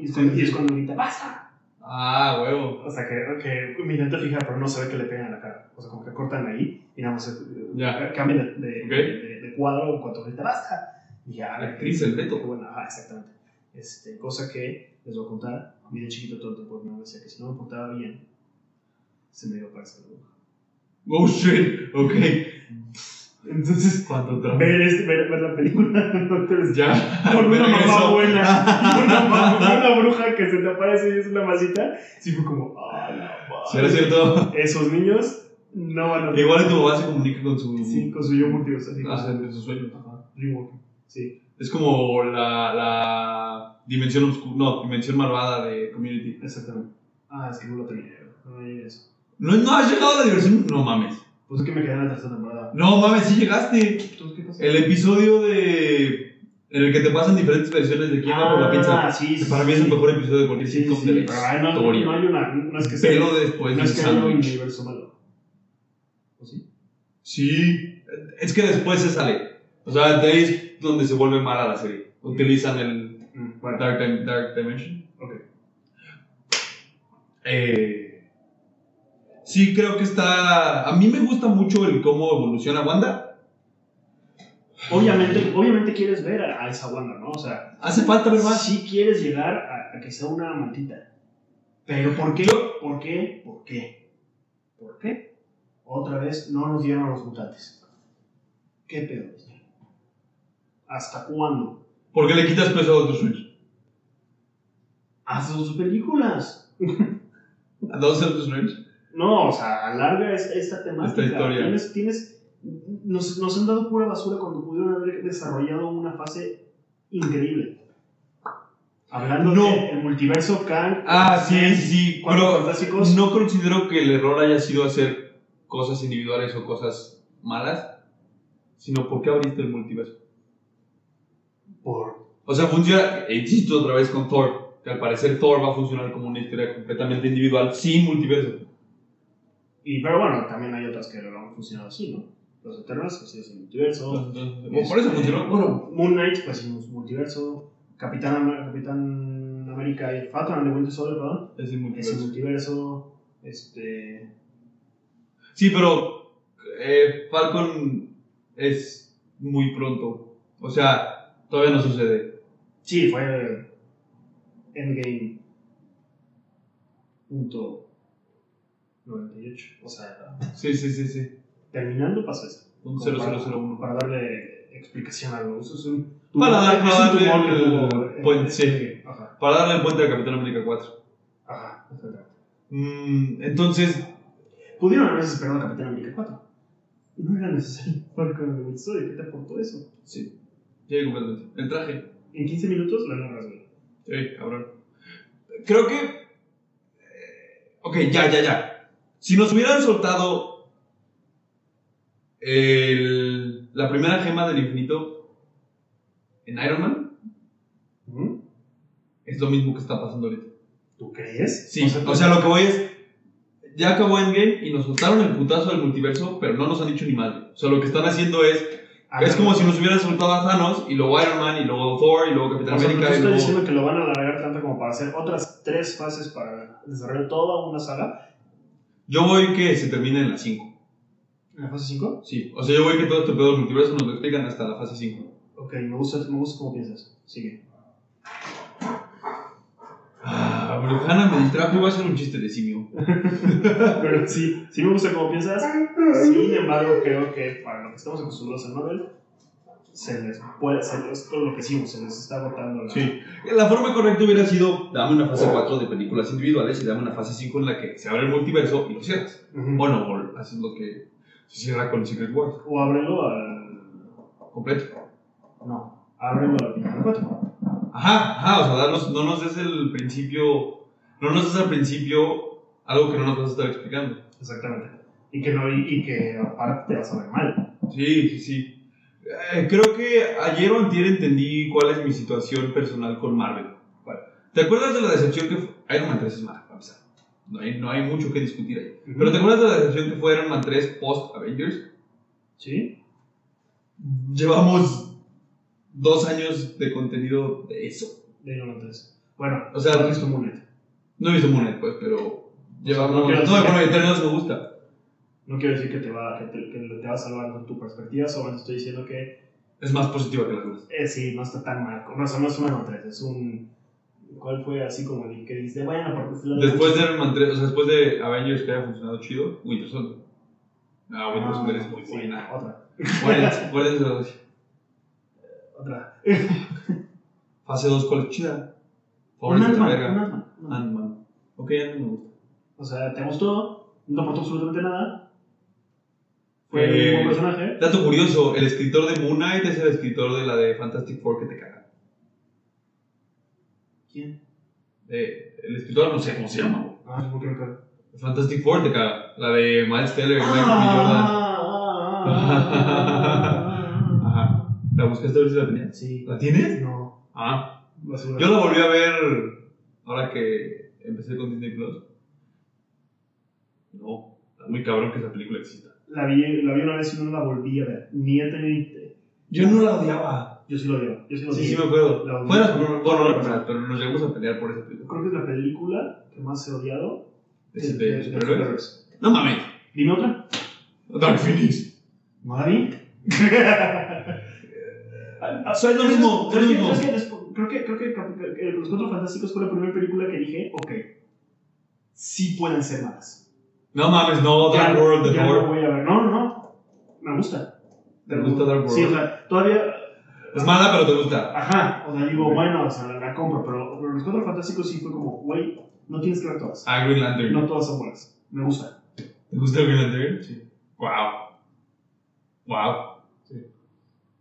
y, es cuando, Sí, sí. y es cuando grita, ¡basta! Ah, huevo. O sea, que, que me intento fijar, pero no se ve que le pegan en la cara. O sea, como que cortan ahí y nada más se- eh, Ya. cambian de, de, Ok. de- de cuadro en cuanto grita, ¡basta! Y ya, La actriz, el Beto. qué Bueno, ajá, exactamente. Este, cosa que les voy a contar, a mí de chiquito todo el tiempo me decía que si no me portaba bien, se me iba a parecer bruja. Oh shit, ok. Entonces, ¿Cuánto trabajo? ver, este, ver, ver la película de Doctor Strange. Ya. Con me una mamá regreso. buena, y una, mamá- una bruja que se te aparece y es una masita, sí fue como, ah, la Si era cierto. madre". Esos niños no van a Igual tu mamá se comunica con su. Sí, con su yo multiversal. sí, con Ah, su- de sus sueños. Ajá. Dreamwalker, Sí, Es como la, la dimensión oscura, no, dimensión malvada de Community. exactamente. Ah, es que no lo tenía. No me digas eso. No, no has llegado a la diversión. No mames. Pues es que me quedé en la tercera temporada. No mames, sí llegaste. ¿Entonces qué pasó? El episodio de. En el que te pasan diferentes versiones de quién va por la pizza. Ah, sí, sí. Para mí es el mejor episodio de cualquier Sí, sí, sitcom de sí. Pero, la ay, no, no, historia. no hay una. No es que sea. Pelo después no del es que haya un sándwich. universo malo. ¿O sí? Sí, es que después se sale. O sea, de ahí es donde se vuelve mala la serie. Utilizan el Mm, bueno. Dark, Dim- Dark Dimension. Ok. Eh, sí, creo que está. A mí me gusta mucho el cómo evoluciona Wanda. Obviamente, obviamente quieres ver a, a esa Wanda, ¿no? O sea, Hace falta ver más. sí quieres llegar a, a que sea una mantita. Pero ¿por qué? ¿Por qué? ¿Por qué? ¿Por qué? Otra vez no nos dieron a los mutantes. ¿Qué pedo? Disney? ¿Hasta cuándo? Porque le quitas peso a Doctor Strange. Haz sus películas. ¿A dónde Doctor Strange? No, o sea, alarga es- esta temática. Esta historia. Tienes, tienes, nos, nos han dado pura basura cuando pudieron haber desarrollado una fase increíble. Hablando No. del multiverso, Kang, Ah, sí, sí, sí. Cuatro Pero Fantásticos. no considero que el error haya sido hacer cosas individuales o cosas malas, sino porque abriste el multiverso. por O sea, funciona, e insisto otra vez con Thor, que al parecer Thor va a funcionar como una historia completamente individual, sin multiverso. y pero bueno, también hay otras que lo han funcionado así, ¿no? Los Eternos, así es el multiverso. Bueno, Por eso Este, funcionó. Bueno, Moon Knight, pues un multiverso. Capitán, Am- Capitán América y Falcon de Winter Soldier, perdón. es el Es el multiverso. multiverso. Este. Sí, pero eh, Falcon es muy pronto. O sea, todavía no sucede. Sí, fue Endgame. Punto 98. O sea, Sí, sí, sí, sí. terminando pasó eso. Un Como para- 0001. Para darle explicación a algo. Eso es un. Para dar- es un para tumor darle que el tuvo, eh, puente, sí. eh, Ajá. Para darle el puente a Capitán América 4. Ajá. exacto. Mm, entonces, Pudieron haberse esperado a Capitán América 4. No era necesario. Falcon de Winter Soldier, ¿qué te aportó eso? sí. Sí, completamente. El traje. En 15 minutos la logras, güey. Sí, cabrón. Creo que. eh, Ok, ya, ya, ya. Si nos hubieran soltado. el- la primera gema del infinito. En Iron Man. Ujú. Es lo mismo que está pasando ahorita. ¿Mm? ¿Tú crees? Sí, o sea, lo que voy es. Ya acabó Endgame y nos soltaron el putazo del multiverso, pero no nos han dicho ni madre. O sea, lo que están haciendo es. Ah, es como si nos hubieran soltado a Thanos y luego Iron Man y luego Thor y luego Capitán O sea, pero América. y tú estás luego- diciendo que lo van a alargar tanto como para hacer otras tres fases para desarrollar toda una saga. Yo voy que se termine en las 5. ¿En la fase 5? Sí, o sea, yo voy que todo este pedo del multiverso nos lo explican hasta la fase 5. Ok, me gusta, me gusta cómo piensas. Sigue. Ah, Brujana me distrajo, iba a ser un chiste de simio. Pero sí, sí me gusta cómo piensas. Sin embargo, creo que para lo que estamos acostumbrados en Marvel, se les puede, se les, todo lo que hicimos, se les está agotando la. La forma correcta hubiera sido, dame una fase 4 de películas individuales y dame una fase 5 en la que se abre el multiverso y lo cierras. Ujú. Bueno, o haces lo que se cierra con Secret Wars, O ábrelo al. completo. No, ábrelo al Capitán 4. Ajá, ajá, o sea, danos- no nos des el principio, no nos des al principio algo que no nos vas a estar explicando. Exactamente. Y que, no, y, y que aparte te vas a ver mal. Sí, sí, sí. Eh, creo que ayer o antier entendí cuál es mi situación personal con Marvel. Bueno, ¿Te acuerdas de la decepción que fue? Iron Man 3 es mala, para empezar. No hay, no hay mucho que discutir ahí. Pero ¿te acuerdas de la decepción que fue Iron Man 3 post Avengers? Sí. Llevamos dos años de contenido de eso. De Iron Man 3. Bueno, O sea, no he visto Moonlight. No he visto Monet, pues, pero llevamos... no No, quiero de decir- bueno, Eternals me gusta. No quiero decir que te va, que te, que te va a salvar con tu perspectiva, solo te estoy diciendo que Es más positiva que las demás. Eh, sí, no está tan mal. No, o sea, no es una nota, es un. ¿Cuál fue así como el que dice, bueno, porque se lo Después de Iron Man 3, o sea, después de Avengers que haya funcionado chido, Winter Soldier. Ah, Winter Soldier es muy sí, buena. Otra, Guardians, Guardians de la Galaxia. otra. Fase 2, ¿cuál es chida? Un Favoritos de la Ant-Man, un verga. Ant-Man, un Ant-Man. Ant-Man. Ok, Ant-Man me gusta. O sea, te gustó, no aportó absolutamente nada. Fue Eh, un buen personaje. Dato curioso, el escritor de Moon Knight es el escritor de la de Fantastic Four que te caga. ¿Quién? Eh, el escritor no sé cómo se llama. Ah, no creo que. Fantastic Four te caga. La de Miles Teller, Ah, Michael B. Jordan. ah, ah, ah, ah, ¿La buscaste a ver si la tenías? ah. Sí. ¿La tienes? No, Ah. basura. Yo la volví a ver ahora que empecé con Disney Plus. No, está muy cabrón que esa película exista. la, vi, la vi una vez y no la volví a ver. Ni he tenido. Yo no la odiaba. Yo sí lo veo. Yo sí lo Sí, vi. sí, me acuerdo. La- Fue de las primeras- bueno, no la primera, pero nos llegamos a pelear por esa película. Creo que es la película que más he odiado De, de, de- de superhéroes. superhéroes. No mames, Dime otra. Dark Phoenix. ¿No la vi? O sea, Eh, ah, es lo mismo, es lo mismo. ¿Sabes qué? Despu- Creo que, creo que Cap- eh, Los Cuatro Fantásticos fue la primera película que dije, ok, sí pueden ser malas. No mames, no, Ya- Dark World de ya no Thor. voy a ver. No, no, no. Me gusta. ¿Te gusta Dark Sí, o World? sea, todavía. Es mala, pero te gusta. Ajá, o sea, digo, Ok. bueno, o sea, la, la compro, pero, pero Los Cuatro Fantásticos sí fue como, güey, no tienes que ver todas. Ah, Green Lantern. No todas son buenas. Me gusta. ¿Te gusta Green Lantern? Sí. Wow. Wow.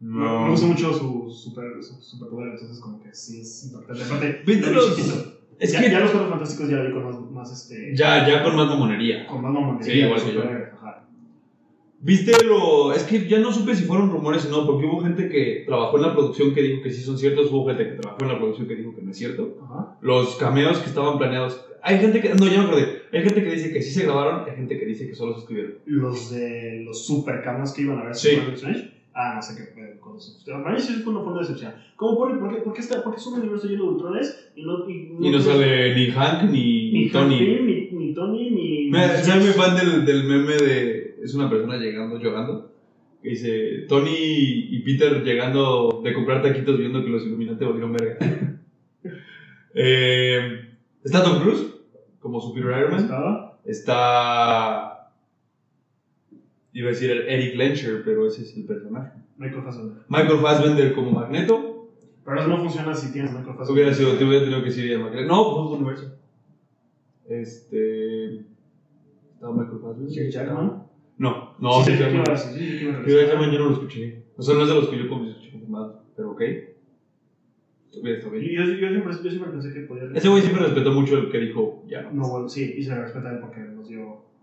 No. Me gusta mucho su super, su superpoder, entonces como que sí es impactante. Aparte, Vete la vi los- chiquito. Es ya, que ya ya, los Cuatro Fantásticos ya la vi con más, más este... ya, con más mamonería. Con más mamonería. Sí, igual que yo. superhéroes, ajá. ¿Viste lo.? Es que ya no supe si fueron rumores o no, porque hubo gente que trabajó en la producción que dijo que sí son ciertos, hubo gente que trabajó en la producción que dijo que no es cierto. Ajá. Los cameos que estaban planeados. Hay gente que. No, ya me acordé. Hay gente que dice que sí se grabaron, hay gente que dice que solo se escribieron. Los de los super cameos que iban a ver Sí. Doctor Strange. Ah, no sé qué fue con los Para mí sí fue una forma de decepción. ¿Cómo por, por, qué, por, qué está, ¿Por qué es un universo lleno de ultrones y no, y, Y no sale ni Hank ni, ni Tony. Hank Pym, ni, ni Tony, ni... Me- ni Soy muy James. fan del, del meme de. Es una persona llegando, llorando. Que dice: Tony y Peter llegando de comprar taquitos viendo que los Illuminati volvieron verga. Eh, está Tom Cruise como Superior Iron Man. Estaba. Está. Iba a decir Eric Lencher, pero ese es el personaje. Michael Fassbender. Michael Fassbender como Magneto. Pero eso no funciona si tienes Michael Fassbender. Hubiera sido, te hubiera tenido que decir el Magneto. No, pues es un universo. Este. Está Michael Fassbender. Hugh Jackman. No, no, sí, Hugh sí, Jackman. sí, sí, sí, sí, iba a Hugh regresar. Jackman yo no lo escuché. O sea, no es de los que yo escuché confirmados, pero ok. Hubiera estado bien. Yo, yo, yo siempre, yo siempre pensé que podía. Ese güey siempre respetó mucho el que dijo ya no. No, bueno, sí, y se le respeta a él porque nos dio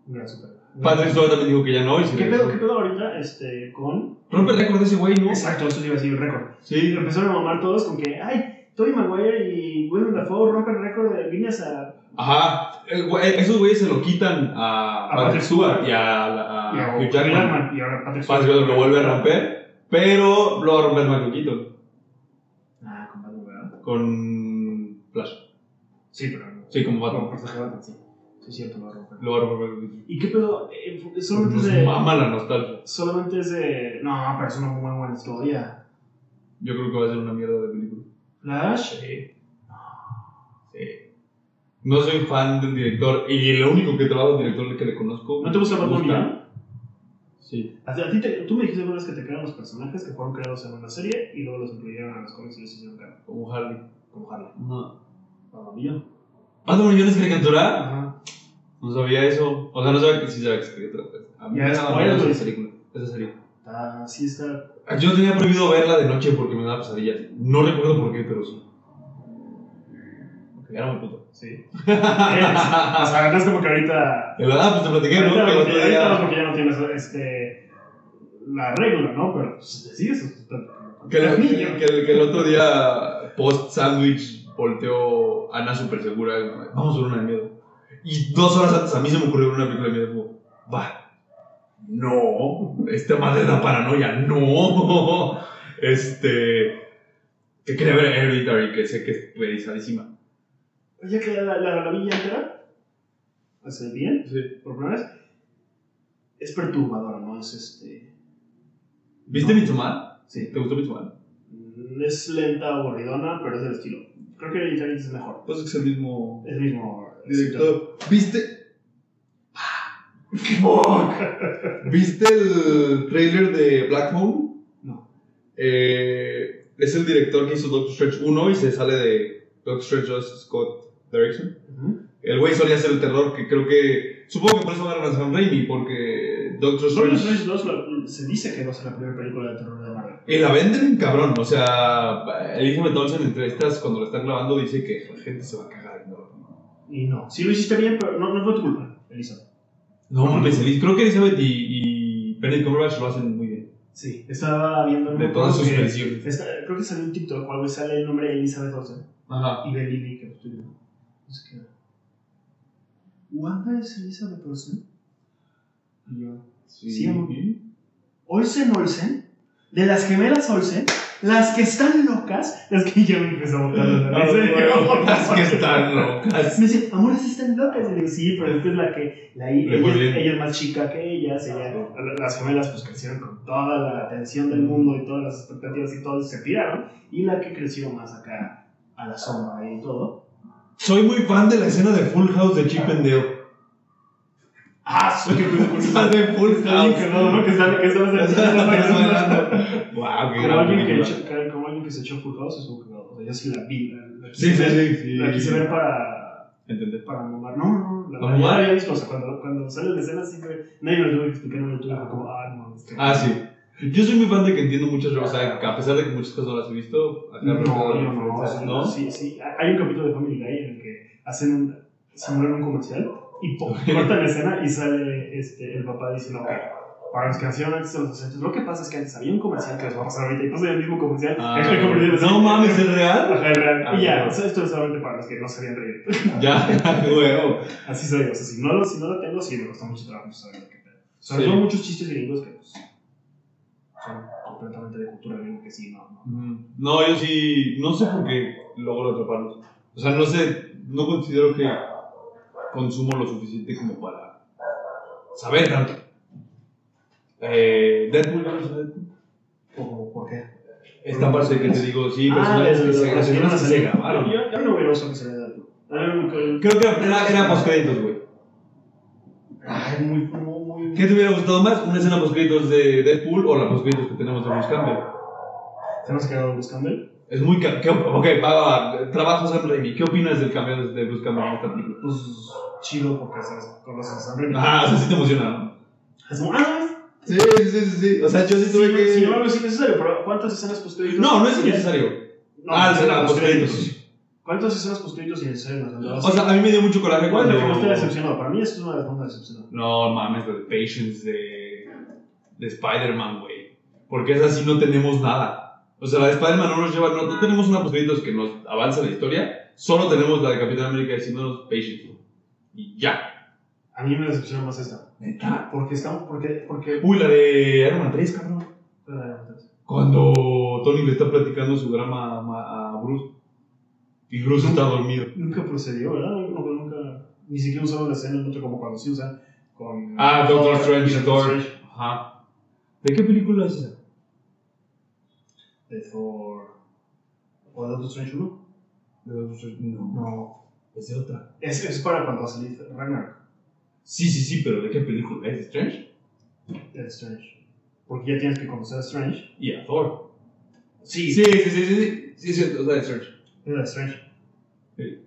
un gran super. Patrick Stewart también dijo que ya no. Y se ¿Qué regresó. pedo, ¿Qué pedo ahorita este, con.? Rompe el récord de ese güey, ¿no? Exacto, eso te iba a decir el récord. Y Sí. empezaron a mamar todos con que, ay, Tobey Maguire y Willem Dafoe rompen el récord de líneas a. Ajá. Eh, güey, Esos güeyes se lo quitan a, A Patrick Patrick Stewart Stewart. y a, la- a y a Hugh Jackman. Y ahora Patrick Patrick Stewart lo vuelve a romper, pero lo va a romper Michael Keaton Ah, con Batman, ¿verdad? con Flash. Sí, pero. no. Sí, como Batman. Con personaje Batman, sí. Sí, es cierto, lo va a romper. Lo va a romper Michael Keaton. ¿Y qué pedo? Eh, fu- solamente es Nos de. mama la nostalgia. Solamente es de. No, pero es una muy buena historia. Yo creo que va a ser una mierda de película. Flash. Sí. Sí. No soy fan del director y el único que trabaja el director que le conozco. ¿No te gusta me Batman Millán? Sí. A ti- a ti te- tú me dijiste alguna vez que te crearon los personajes que fueron creados en una serie y luego los incluyeron a los cómics y les hicieron canon, Como Harley. como Harley. No. Mamma mía. ¿Batman Millán es caricatura? Ajá. No sabía eso. O sea, no sabía que sí sabía que es caricatura. A mí Ya me es daba spoiler, pues. miedo esa güey. película. Esa serie. Está, Ah, sí está. Yo tenía prohibido verla de noche porque me daba pesadillas. No recuerdo por qué, pero sí. Porque era muy puto. Sí. o El- sea, no es como que ahorita. Ah, pues te platiqué, ¿no? ahorita Que el otro no, porque, día- ahorita no, porque ya no tienes este, la regla, ¿no? Pero pues, te sigues asustando. Que el, niño. que el- que el otro día, post sándwich, volteó Ana súper segura. y, Vamos a ver una de miedo. Y dos horas antes a mí se me ocurrió ver una película de miedo. Como, va. No. Esta madre da paranoia. No. Este. Que quería ver Hereditary, que sé que es pesadísima. Oye, que la, la, la villa entera. Hace bien, Sí. por primera vez. Es perturbadora, ¿no? Es este. ¿Viste No. Midsommar? Sí. ¿Te gustó Midsommar? Mm, Es lenta, aburridona, pero es del estilo. Creo que Hereditary es mejor. Pues es el mismo Es el mismo ¿Viste? ¿Viste el trailer de Black Hole? No. Eh, es el director que hizo Doctor Strange 1 y se sale de Doctor Strange 2 Scott Derrickson. Ujú. El güey solía hacer el terror que creo que. Supongo que por eso va a lanzar un Raimi, porque Doctor Doctor Strange. Strange 2 la- se dice que va a ser la primera película de terror de Marvel. Y la venden, cabrón. O sea, Elizabeth Olsen en entrevistas cuando la están grabando dice que la gente se va a cagar. No, Y no. Sí lo hiciste bien, pero no, no fue tu culpa, Elisa. no mames, Eliz- creo que Elizabeth y, y Benedict Cumberbatch lo hacen muy bien. Sí. Estaba viendo De todas sus que, versiones. esta- Creo que salió un TikTok o algo y sale el nombre de Elizabeth Olsen. Ajá. Y Ben Lilly, que lo estoy viendo. No sé qué. ¿Wanda es Elizabeth Olsen? Y yo. Sí, amor. ¿Olsen Olsen? ¿De las gemelas Olsen? ¿Las que están locas? Las que yo me empecé a botar de la risa. Las que están locas. Me dice, amores están locas. Y le digo, sí, pero esta es la que. La, hi- Le fue bien. ella, ella es más chica que ellas. ella- la- las gemelas, pues crecieron con toda la atención del mundo y todas las expectativas y todo, y se tiraron. Y la que creció más acá, a la sombra y todo. Soy muy fan de la escena de Full House de Chip and Dale. ¡Ah, soy que O sea, de Full Está House. bien cagado, ¿no? Que están- que están O sea, haciendo- estás bailando. Wow, qué Como gran alguien, que película. echa- que- como alguien que se echó Full House, es un cagado. O sea, yo sí la vi. La, la Sí, quise, sí, sí. La quise ver sí. para. Entendé. para mamar. No, no, la, ¿Para ya mamar? la había visto. O sea, cuando, cuando sale la escena, sí, que nadie me lo tuvo que explicar, no me lo tuvo que como, ah, no. es que- Ah, sí. Yo soy muy fan de que entiendo muchas cosas, o sea, que a pesar de que muchas cosas no las he visto, acá No, aprendo yo muchas no, o sea, cosas, no. Sí, sí. Hay un capítulo de Family Guy en el que hacen un, simulan un comercial y po- cortan la escena y sale este, el papá diciendo, ok, para los que nacieron antes de los 60, lo que pasa es que antes había un comercial que les va a pasar ahorita y pasa el mismo comercial. Ah, es el comercial así. no mames, ¿es real? Ajá, es real. Ah, y ya, bueno. o sea, esto es solamente para los que no sabían reír. Ya, huevo. Así soy, o sea, si no lo, si no lo tengo, sí me cuesta mucho trabajo saber de qué pedo. Sobre Sí. todo muchos chistes gringos que pues, son completamente de cultura gringa que sí, no, no. Ujú. No, yo sí, no sé por qué logro atraparlos. O sea, no sé, no considero que consumo lo suficiente como para saber tanto. Eh, Deadpool, ¿no es Deadpool? ¿O por qué? Esta parte que te digo, sí, Ah, personajes que se- personas que se grabaron. Yo, yo no hubiera usado que se le da algo. Creo que era, pues era postcréditos, güey. Ay, muy, muy, muy. ¿Qué te hubiera gustado más? ¿Una escena postcréditos de Deadpool o la postcréditos que tenemos de Bruce Campbell? Tenemos que hablar de Bruce Campbell. Es muy... ca- ¿qué op- ok, va, va, va. Trabajo Sam Raimi. ¿Qué opinas del cambio de Bruce Campbell en esta película? Pues chido porque sabes, conoces a Sam Raimi. Ah, o sea, sí te emociona, ¿no? Es como, ah, Sí, sí, sí, sí. O sea, yo sí si tuve no que. si no lo ves innecesario, pero ¿cuántas escenas postcréditos? no, no es innecesario. No, ah, es la escenas postcréditos. ¿Cuántas escenas postcréditos innecesarias nos han dado? O sea, a mí me dio mucho coraje ¿cuál es cuando. la que más te ha decepcionado? Para mí, esto es una de las más decepcionadas. No, mames, lo de Patience de. de Spider-Man, güey. Porque es así, no tenemos nada. O sea, la de Spider-Man no nos lleva. No, Ah. no tenemos una postcréditos que nos avanza la historia. Solo tenemos la de Capitán América diciéndonos Patience, güey. Y ya. A mí me decepciona más esta. Neta. Porque estamos, porque, porque. Uy, la de Iron Man 3, cabrón. Nunca Cuando Tony le está platicando su drama a, Ma- a Bruce. Y Bruce está dormido. procedió, ¿verdad? Nunca, nunca. Ni siquiera usaron la escena en otro como cuando sí usan con. Ah, Doctor Strange, Doctor Thor. Ajá. ¿De qué película es esa? de Thor. ¿O de Doctor Strange 1? De Doctor Strange. No, No. es de otra. Es, es para cuando va a salir Ragnarok Sí, sí, sí, pero ¿de qué película es Strange? de Strange. Porque ya tienes que conocer a Strange. Y a Thor. Sí. Sí, sí, sí, sí, sí, sí, es cierto, es la de Strange. Es la de Strange. Sí.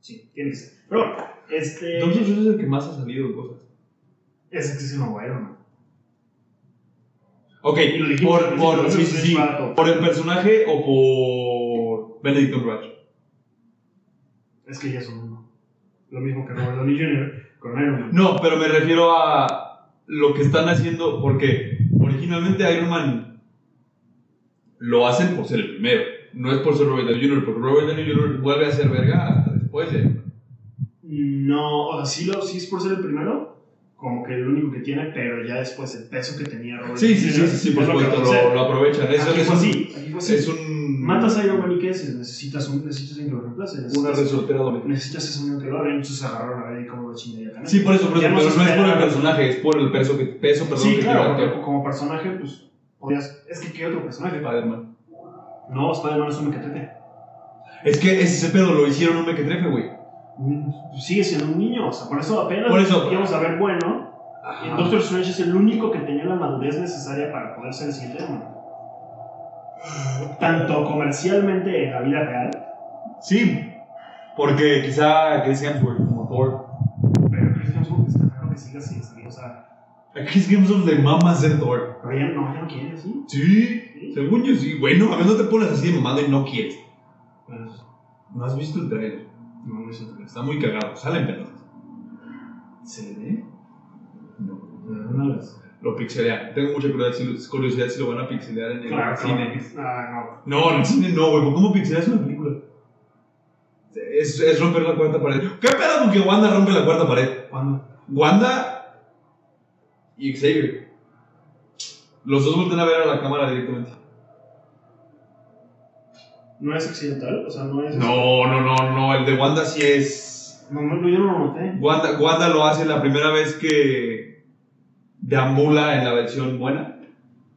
Sí, tiene que ser. Pero bueno, este. Doctor Strange es el que más ha salido en cosas. Es que sí, no, Iron Man. Ok, Y lo dijimos al por, principio, por, Doctor sí, sí, Strange sí, va a Thor. por el personaje o por Benedict Cumberbatch. Es que ya son uno. Lo mismo que Robert Downey Jr. con Iron Man. No, pero me refiero a lo que están haciendo, porque originalmente Iron Man lo hacen por ser el primero, no es por ser Robert Downey Jr., porque Robert Downey Jr. vuelve a ser verga hasta después eh. de... No, o sea, sí, lo, sí es por ser el primero, como que el único que tiene, pero ya después el peso que tenía Robert Sí, sí, sí, sí, Downey sí, Jr. por es lo que supuesto, va a hacer. lo, lo aprovechan. Es, Aquí es fue un, así, aquí fue así. es un... Matas a Iron Man y ¿qué haces? Necesitas, un, necesitas alguien que lo reemplace. Una Necesitas, resortera doble. necesitas ese amigo que lo haga, entonces agarraron a ver y cómo lo chingaría también. Sí, por eso, por eso, Ya pero no no se es por el espera. personaje, es por el peso que, peso, perdón, Sí, que lleva claro, porque como personaje, pues, podías... Es que, ¿qué otro personaje? Spider-Man. No, Spider-Man es un mequetrefe. Es que ese es el pedo, lo hicieron un mequetrefe, güey. Mm, Sigue siendo un niño, o sea, por eso apenas Por eso. íbamos a ver bueno... Y Doctor Strange es el único que tenía la madurez necesaria para poder ser el siguiente Iron Man. Tanto comercialmente en la vida real, Sí, porque quizá Chris Hemsworth como Thor pero Chris Hemsworth está claro que siga así, ¿sí? o sea, A Chris Hemsworth le mama hacer Thor. pero ya no, ya no quiere así. Sí, ¿sí? según yo sí. Güey, no, a ver, no te pones así de mamado y no quieres. Pues, No has visto el trailer. no, no es otra vez. Está muy cagado. Salen pelotas. ¿Se le ve? No. No, las- Lo pixelean. Tengo mucha curiosidad si, lo- curiosidad si lo van a pixelear en el Claro, cine. no. Ah, No, en el cine no, güey. ¿Cómo pixeleas una película? Es, es romper la cuarta pared. ¿Qué pedo con que Wanda rompe la cuarta pared? no. ¿Cuándo? Wanda y Xavier. Los dos voltean a ver a la cámara directamente. ¿No es accidental? O sea, no es. No, no, no, no. El de Wanda sí es. No, no, yo no lo noté. Wanda, Wanda lo hace la primera vez que deambula en la versión buena,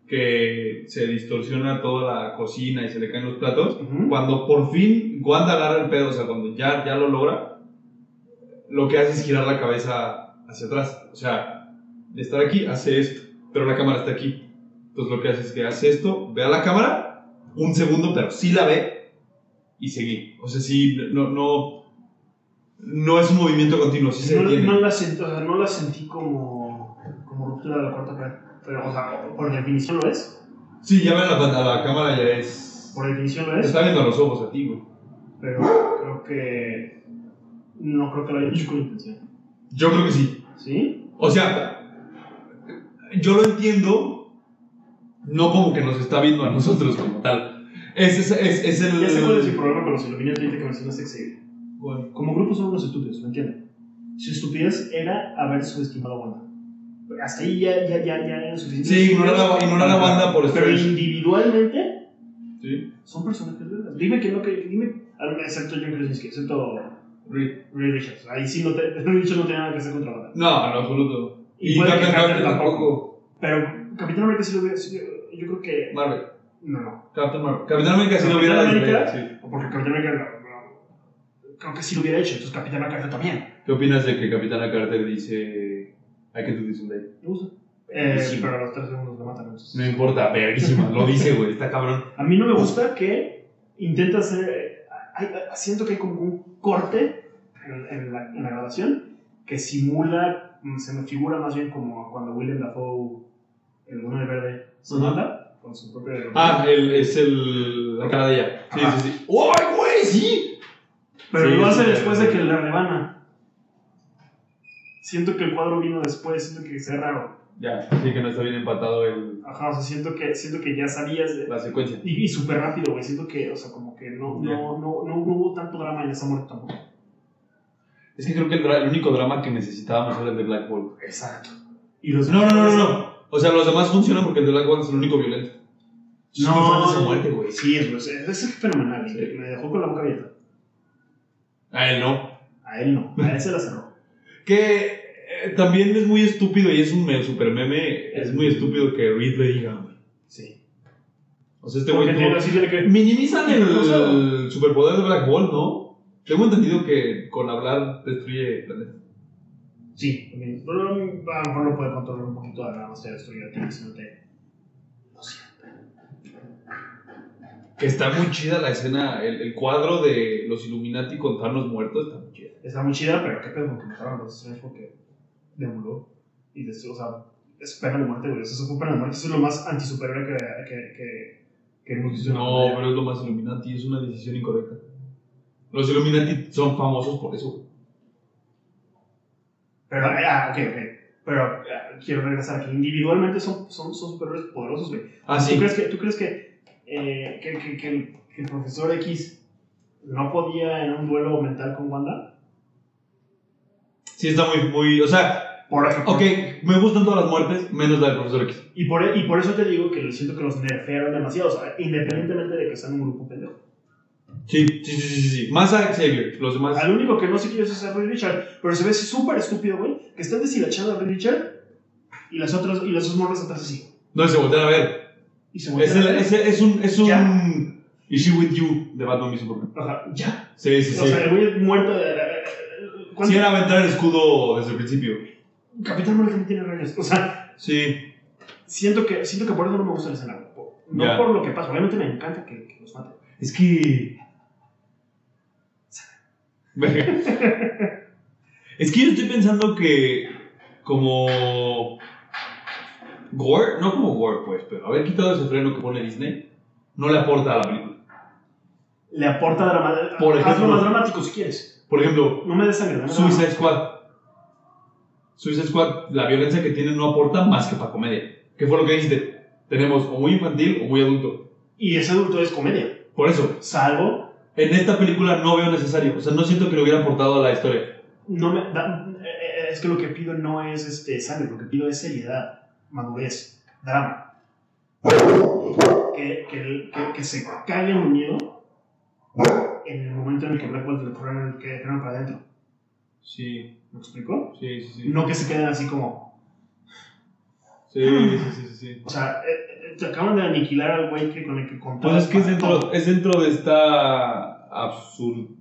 que se distorsiona toda la cocina y se le caen los platos. Ujú. Cuando por fin Wanda agarra el pedo, o sea, cuando ya, ya lo logra, lo que hace es girar la cabeza hacia atrás. O sea, de estar aquí, hace esto, pero la cámara está aquí. Entonces lo que hace es que hace esto, ve a la cámara, un segundo, pero sí la ve y seguí. O sea, sí, no, no, no es un movimiento continuo, sí se No, detiene. no la sentí, o sea, no la sentí como. como como ruptura de la cuarta pared. Pero, o sea, por definición lo es. Sí, ya ven la, la, la cámara, ya es. Por definición lo Te es. está viendo a los ojos a ti, güey. Pero creo que. No creo que lo haya hecho con intención. Yo creo que sí. ¿Sí? O sea, yo lo entiendo, no como que nos está viendo a nosotros como tal. Es, es, es, es el. Ya sé cuál es el problema con los Illuminati ahorita que mencionaste Xavier. Bueno, Como grupo son unos estúpidos, ¿me entienden? Su estupidez era haber subestimado a Wanda. Pero Hasta ahí ya, ya, ya, ya eran suficientes. Sí, ignorar a, ignorar a banda por estar. Pero individualmente Sí, son personajes vergas. Dime que no, que dime, al- excepto John Krasinski, excepto Reed. Ray Richards. Ahí sí no, te, Ray Richards no tenía nada que hacer contra Batman. No, en absoluto. Y no puede que Carter tampoco. Pero Capitán América sí lo hubiera. sí, yo- yo creo que. Marvel. No, no. Captain Marvel. Capitán América sí lo hubiera Capitán desvelado, sí. Porque Capitán América. no, no. creo que sí lo hubiera hecho. Entonces Capitán América también. ¿Qué opinas de que Capitana Carter dice. Hay que do this one day"? Me gusta. Eh, Sí. pero a los tres segundos lo matan. entonces. No importa, verguísima. lo dice, güey, está cabrón. A mí no me gusta que intenta hacer. eh, hay- hay- siento que hay como un corte en, en la, en la grabación que simula, mm, se me figura más bien como cuando William Dafoe, el uno de verde, se Ajá. mata con su propio. Ah, el, es el. La cara de ella. Sí, Ajá. sí, sí. ¡Ay, güey! ¡Sí! Pero sí, lo hace sí, después sí. de que la rebana. Siento que el cuadro vino después, siento que sea raro. Ya, sí que no está bien empatado el, Ajá, o sea, siento que, siento que ya sabías. de- la secuencia. y y súper rápido, güey. Siento que, o sea, como que no, Ya. no, no, no, no hubo tanto drama en esa muerte tampoco. Es que creo que el, dra- el único drama que necesitábamos era el de Black Bolt. Exacto. Y los No, no, no, no, no. O sea, los demás funcionan porque el de Black Bolt es el único violento. Yo soy muy fan de esa muerte, güey. Sí, es, es, es fenomenal. Sí. Me dejó con la boca abierta. A Ah, él no. A él no. A él se la cerró. Que eh, también es muy estúpido y es un me- super meme. Es muy estúpido que Reed le diga, güey. Sí. O sea, este Porque güey. tiene tuvo- así de que. Minimizan el, O sea- el superpoder de Black Bolt, ¿no? Tengo entendido que con hablar destruye planetas. Sí. también. Pero a lo mejor lo puede controlar un poquito de nada más te destruye a ti, sino te. No sé. Que está muy chida la escena, el, el cuadro de los Illuminati con Thanos muertos está muy chida. Está muy chida, pero qué pedo con que mataron a los Strange porque demuló. Y destruyó, o sea, es pena de muerte, güey. Eso es un pena de muerte. Eso es lo más antisuperior que, que, que, que hemos visto en la No, pantalla. pero es lo más Illuminati, es una decisión incorrecta. Los Illuminati son famosos por eso. Pero, eh, ah, ok, ok. Pero ah, quiero regresar aquí. Individualmente son, son, son superhéroes poderosos, güey. Ah, ¿Tú sí. crees que, tú crees que, eh, que, que- que el, que el profesor X no podía en un duelo mental con Wanda? Sí, está muy, muy. O sea, Por eso. ok, me gustan todas las muertes, menos la del profesor X. Y, por, e- y por eso te digo que siento que los nerfearon demasiado, o sea, independientemente de que sean un grupo pendejo. Sí, sí, sí, sí, sí. Más a Xavier, los demás. Al único que no se quiere es a Ray Richard, pero se ve súper estúpido, güey, que están deshilachando a Ray Richard y las otras, y las dos morras atrás así. No se voltean a ver. Y se Es, voltean el- a ver. es, el- es un. Es Ya. un. Is she with you? De Batman y Superman. Ajá, ya. Sí, sí, O sí. sea, el güey muerto de. Sí, ¿Cuánto? era aventar el escudo desde el principio. Capitán Marvel no tiene rayos. O sea, Sí. siento que, siento que por eso no me gusta el escenario. Por- No Ya. por lo que pasa. Obviamente me encanta que, que los maten. Es que. Verga. Es que yo estoy pensando que como Gore, no como Gore pues, pero haber quitado ese freno que pone Disney no le aporta a la película. Le aporta drama. Por ejemplo. Hazlo más dramático si quieres. Por ejemplo, No me des sangre. dame drama. Suicide Squad. Suicide Squad, la violencia que tiene no aporta más que para comedia. ¿Qué fue lo que dijiste? Tenemos o muy infantil o muy adulto. Y ese adulto es comedia. Por eso, Salvo. en esta película no veo necesario, o sea, no siento que le hubiera aportado a la historia. No me, da- eh, eh, es que lo que pido no es este, sangre. Lo que pido es seriedad, madurez, drama. Que, que, que, que se cague un miedo en el momento en el que Black Bolt le corren el que corren para adentro. Sí, ¿Me explico? sí, sí, sí. No que se queden así como. Sí, sí, sí, sí, sí. O sea, eh, eh, te acaban de aniquilar al güey que con el que Pues contabas. es que es para todo. dentro, es dentro de esta absurdo,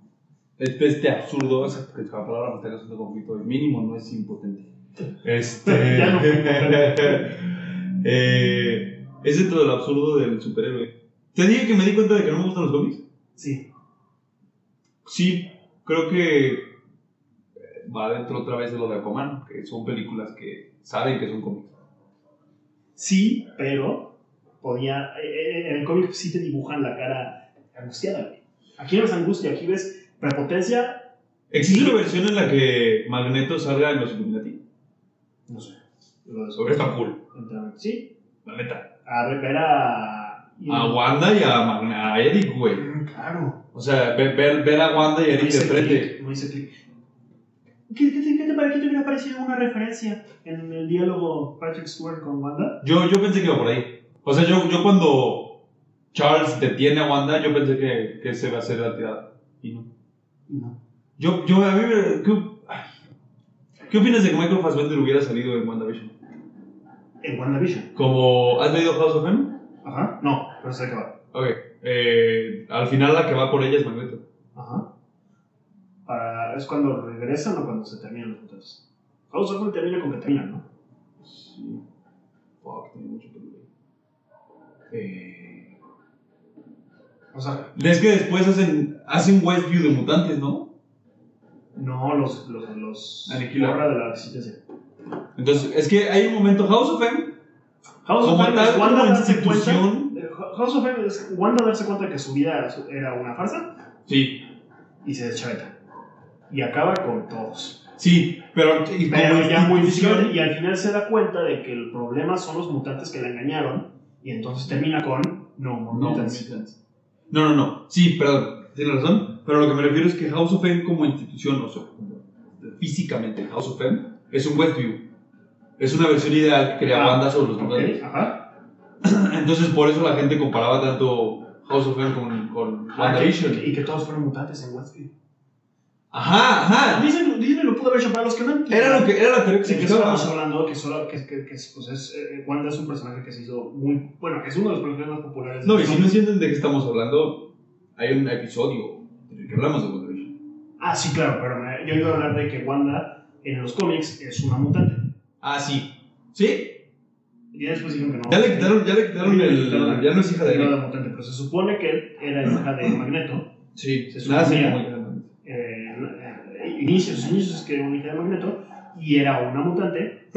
este, este absurdo, esa que la palabra me está causando conflicto, el mínimo no es impotente. Este, Ya no fue impotente. eh, es dentro del absurdo del superhéroe. ¿Te dije que me di cuenta de que no me gustan los cómics? Sí. Sí, creo que eh, va dentro otra vez de lo de Aquaman, que son películas que saben que son cómics. Sí, pero podía. eh, eh, En el cómic sí te dibujan la cara angustiada, güey. Aquí no ves angustia, aquí ves prepotencia. ¿Existe una versión en la que Magneto salga en los Illuminati? No sé. Lo Sobre está cool, Enteramente, Sí. la neta. A ver, ver a. A Wanda y a, Magne- a Eric, güey. Mm, Claro. O sea, ve- ver, ver a Wanda y a No Eric de hice frente. clic, no hice clic. ¿Qué, qué, te- qué te parece que te hubiera parecido una referencia en el diálogo Patrick Stewart con Wanda? Yo, yo pensé que iba por ahí. O sea, yo, yo cuando Charles detiene a Wanda, yo pensé que, que se va a hacer la tirada. Y no. No. Yo, yo, a mí, me- ¿qué, ay. ¿Qué opinas de que Michael Fassbender hubiera salido en WandaVision? En WandaVision. Como, ¿has leído House of M? Ajá. No, pero se acaba. Ok. Eh, al final la que va por ella es Magneto. Ajá. Para, ¿Es cuando regresan o cuando se terminan los contratos? House of Cards termina con que termina, ¿no? Sí. Fuck, tengo mucho peligro. Eh... O sea, Es que después hacen, hacen Westview de mutantes, ¿no? no los. los, los Aniquila. borra de la existencia. Entonces, es que hay un momento House of M House of Como Cards es tal, Wanda como darse cuenta. institución. eh, House of Cards es Wanda darse cuenta de que su vida era su- era una farsa Sí, y se deschaveta. Y acaba con todos. sí, pero, y Pero como ya muy institución- visible, y al final se da cuenta de que el problema son los mutantes que la engañaron y entonces termina con No More No, Mutants. no, no, no, sí, perdón, tienes razón, pero lo que me refiero es que House of M como institución, o sea, como físicamente House of M es un Westview, es una versión ideal que crea Ah, bandas sobre los mutantes. Ok, ajá. Entonces por eso la gente comparaba tanto House of M con, con Ah, que- WandaVision. y que todos fueron mutantes en Westview. Ajá, ajá, Dicen, dicen lo pudo haber hecho para los que no entienden. era, lo que, era la teoría que Sí, se que quitaba. estábamos hablando que solo que, que, que es, pues es, eh, Wanda es un personaje que se hizo muy bueno que es uno de los personajes más populares de No, y los si no cómics. entienden de qué estamos hablando, hay un episodio en el que hablamos de WandaVision. ah sí claro pero me- yo iba a hablar de que Wanda en los cómics es una mutante Ah, sí. ¿Sí? y ya después dijeron que no Ya le quitaron, ya le quitaron Le el. quitaron la- Ya no es hija de no él. era mutante pero se supone que él era hija de Magneto Sí, Se nada se suponía. como hija de Magneto. eh, eh, inicios, sus inicios es que era una hija de Magneto y era una mutante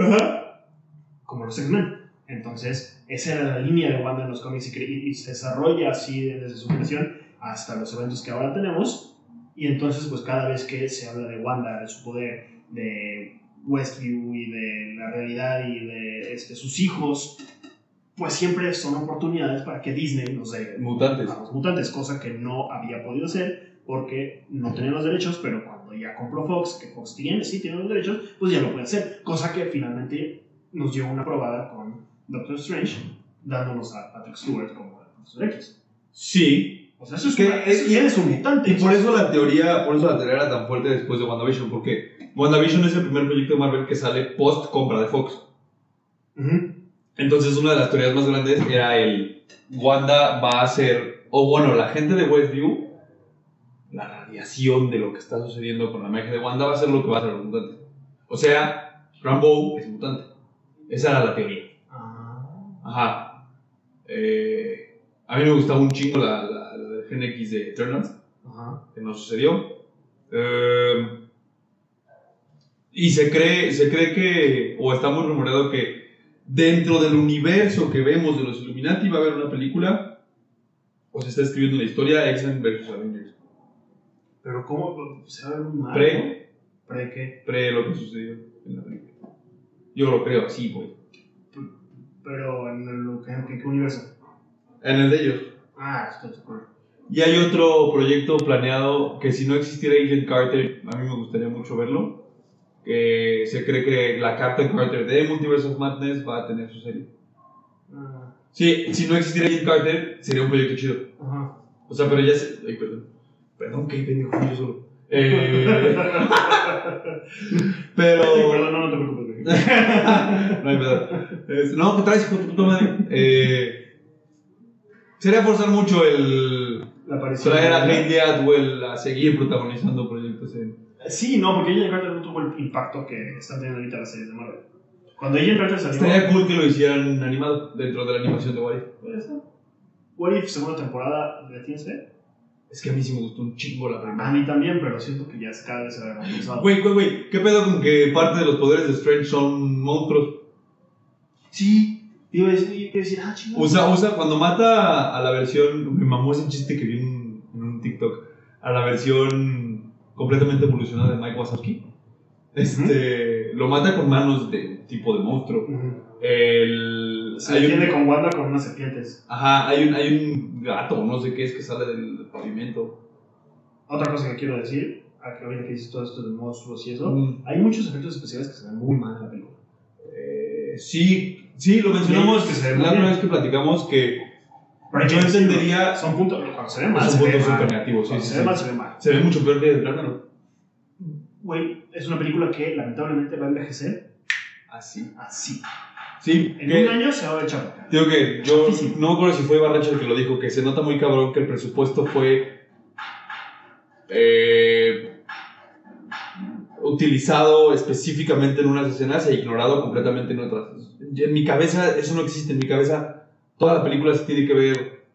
como los X-Men. Entonces, esa era la línea de Wanda en los cómics y, que- y- y se desarrolla así desde su creación hasta los eventos que ahora tenemos. Y entonces, pues cada vez que se habla de Wanda, de su poder, de Westview y de la realidad y de este, sus hijos, pues siempre son oportunidades para que Disney nos dé Mutantes. a los mutantes, cosa que no había podido hacer porque no tenía los derechos, pero cuando ya compró Fox, que Fox tiene, sí tiene los derechos, pues ya lo puede hacer, cosa que finalmente nos dio una probada con Doctor Strange, dándonos a Patrick Stewart como Doctor X. Sí. O sea, eso es Que una- es- y eres un mutante. Y por eso la teoría, por eso la teoría era tan fuerte después de WandaVision, porque WandaVision es el primer proyecto de Marvel que sale post compra de Fox. Ujú. Entonces una de las teorías más grandes era el Wanda va a ser, o bueno, la gente de Westview, la radiación de lo que está sucediendo con la magia de Wanda va a ser lo que va a hacer los mutantes. O sea, Rambo es mutante. Esa era la teoría. Ah, Ajá. Eh, a mí me gustaba un chingo la, la, la del Gen X de Eternals, ajá. que no sucedió. Eh, y se cree, se cree que, o está muy rumoreado que dentro del universo que vemos de los Illuminati va a haber una película, o se está escribiendo la historia X-Men vs. Avengers. Pero ¿cómo Pues, se va a ver muy mal? Ah, ¿no? Pre, ¿Pre qué? pre lo que sucedió en la película. Yo lo creo así, güey. Pero en lo que, en qué universo. En el de ellos. Ah, estoy de acuerdo. Y hay otro proyecto planeado que si no existiera Agent Carter, a mí me gustaría mucho verlo. Que se cree que la Captain Carter de Multiverse of Madness va a tener su serie. Ah, Sí, si no existiera Agent Carter, sería un proyecto chido. Ajá. O sea, pero ya se... Ay, perdón. Perdón, qué pendejo yo solo. Eh, pero... Sí, perdón, no, no te preocupes. güey. no hay pedo. Es- No, ¿qué traes, hijo de tu puta madre? Eh, sería forzar mucho el... La aparición Traer a de- Hayley Atwell a seguir protagonizando proyectos en... Sí, no, porque Agent Carter no tuvo el impacto que están teniendo ahorita las series de Marvel. Cuando Agent Carter salió, Estaría cool que lo hicieran animado dentro de la animación de Warif. Pues, ¿no? What If segunda temporada, ¿la tienes fe? Es que a mí sí me gustó un chingo la A primera. mí también, pero siento que ya es cada vez se va reforzado. Güey, güey, güey, ¿qué pedo con que parte de los poderes de Strange son monstruos? Sí, iba a decir, iba a decir, ah, chingada. Usa, usa, cuando mata a la versión, me mamó ese chiste que vi en, en un TikTok, a la versión completamente evolucionada de Mike Wazowski. Este, lo mata con manos de tipo de monstruo. Ujú. El, Se hay un- defiende con Wanda con unas serpientes. Ajá, hay un, hay un gato, no sé qué es, que sale del pavimento. Otra cosa que quiero decir, a que ahorita que dices todo esto de monstruos y Mm. eso, hay muchos efectos especiales que se ven muy mal en la película. Eh, sí, sí, lo mencionamos Sí, que se ve muy la otra bien. vez que platicamos que Pero yo entendería Son puntos, cuando se ve mal, es un se ve punto mal. súper negativo. Sí, Cuando sí, se ve sí. mal, se ve mal. Se ve mucho peor que el plátano. Güey, es una película que lamentablemente va a envejecer Así. así. Sí, Ah, En un que, año se va a echar para acá. digo que yo Difícil. no me acuerdo si fue Barracho el que lo dijo, que se nota muy cabrón que el presupuesto fue eh, utilizado específicamente en unas escenas e ignorado completamente en otras. En mi cabeza, eso no existe, en mi cabeza toda la película se tiene que ver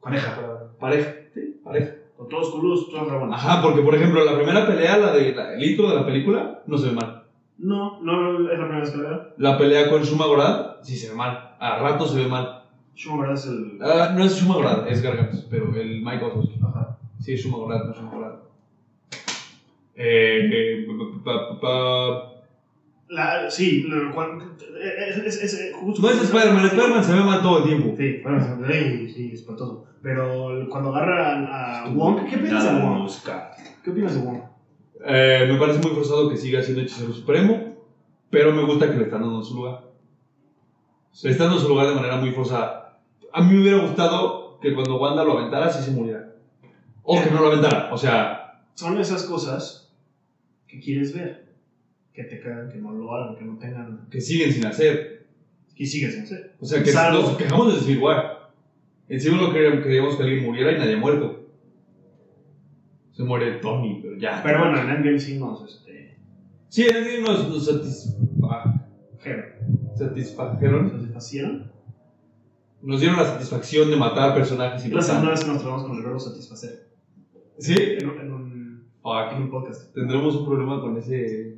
Coneja. pareja. Sí, pareja. Con todos culos, todos rabones. Ajá, porque por ejemplo, la primera pelea, la del intro de la película, no se ve mal. No, no, no, es la primera vez que la veo. La pelea con Shuma Gorad, sí se ve mal. A rato se ve mal. Shuma, ¿verdad? Es el. Ah, no es Shuma Gorad, es Gargantos, pero el Mike Wazowski. Ajá. Sí, es Shuma Gorad, no es Shuma Gorad. Eh, eh, pa, pa, pa, pa. La, sí, lo cual. Es, es, es- justo. No es Spider-Man, Spider-Man se ve mal todo el tiempo. Sí, bueno, sí, sí, espantoso. Pero cuando agarran a Wong, ¿qué piensas de Nada Wong? busca. ¿Qué opinas de Wong? Eh, me parece muy forzado que siga siendo hechicero supremo, pero me gusta que le están dando su lugar. Le están dando su lugar de manera muy forzada. A mí me hubiera gustado que cuando Wanda lo aventara, sí se muriera. O que no lo aventara, o sea, Son esas cosas que quieres ver. Que te cagan, que no lo hagan, que no tengan. que siguen sin hacer. Y sigues sin ser. O sea, que Salvo- nos quejamos de Civil War. En Civil War queríamos, queríamos que alguien muriera y nadie ha muerto. Se muere Tony, pero ya. Pero bueno, en Endgame sí nos. Este, Sí, en el nos, nos satisfa- Hero, satisfajeron. ¿Nos deshacieron? Nos dieron la satisfacción de matar personajes y La segunda matar. vez que nos tratamos con el verbo satisfacer. ¿Sí? En, un- en un, Fuck. en un podcast. Tendremos un problema con ese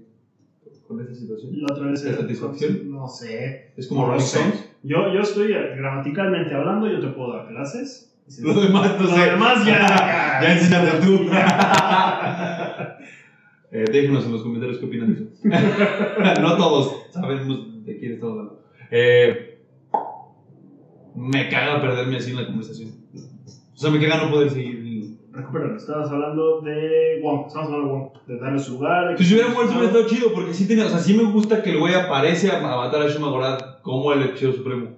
con esa situación. La otra vez eh, ¿De satisfacción? No sé. Es como No Rolling sé. Stones. Yo, yo estoy eh, gramaticalmente hablando, yo te puedo dar clases. Lo demás no Lo sé. demás ya- ya enséñate tú. Eh, déjenos en los comentarios qué opinan de eso. no todos sabemos de quién estamos hablando. Eh, me caga perderme así en la conversación. O sea, me caga no poder seguir. Recupéralo, estabas hablando de Wong, estabas hablando de Wong, de darle su lugar. de que- Pues si hubiera muerto hubiera estado chido, porque sí tenía, o sea, sí me gusta que el güey aparece a, a matar a Shuma Gorad como el hechicero supremo.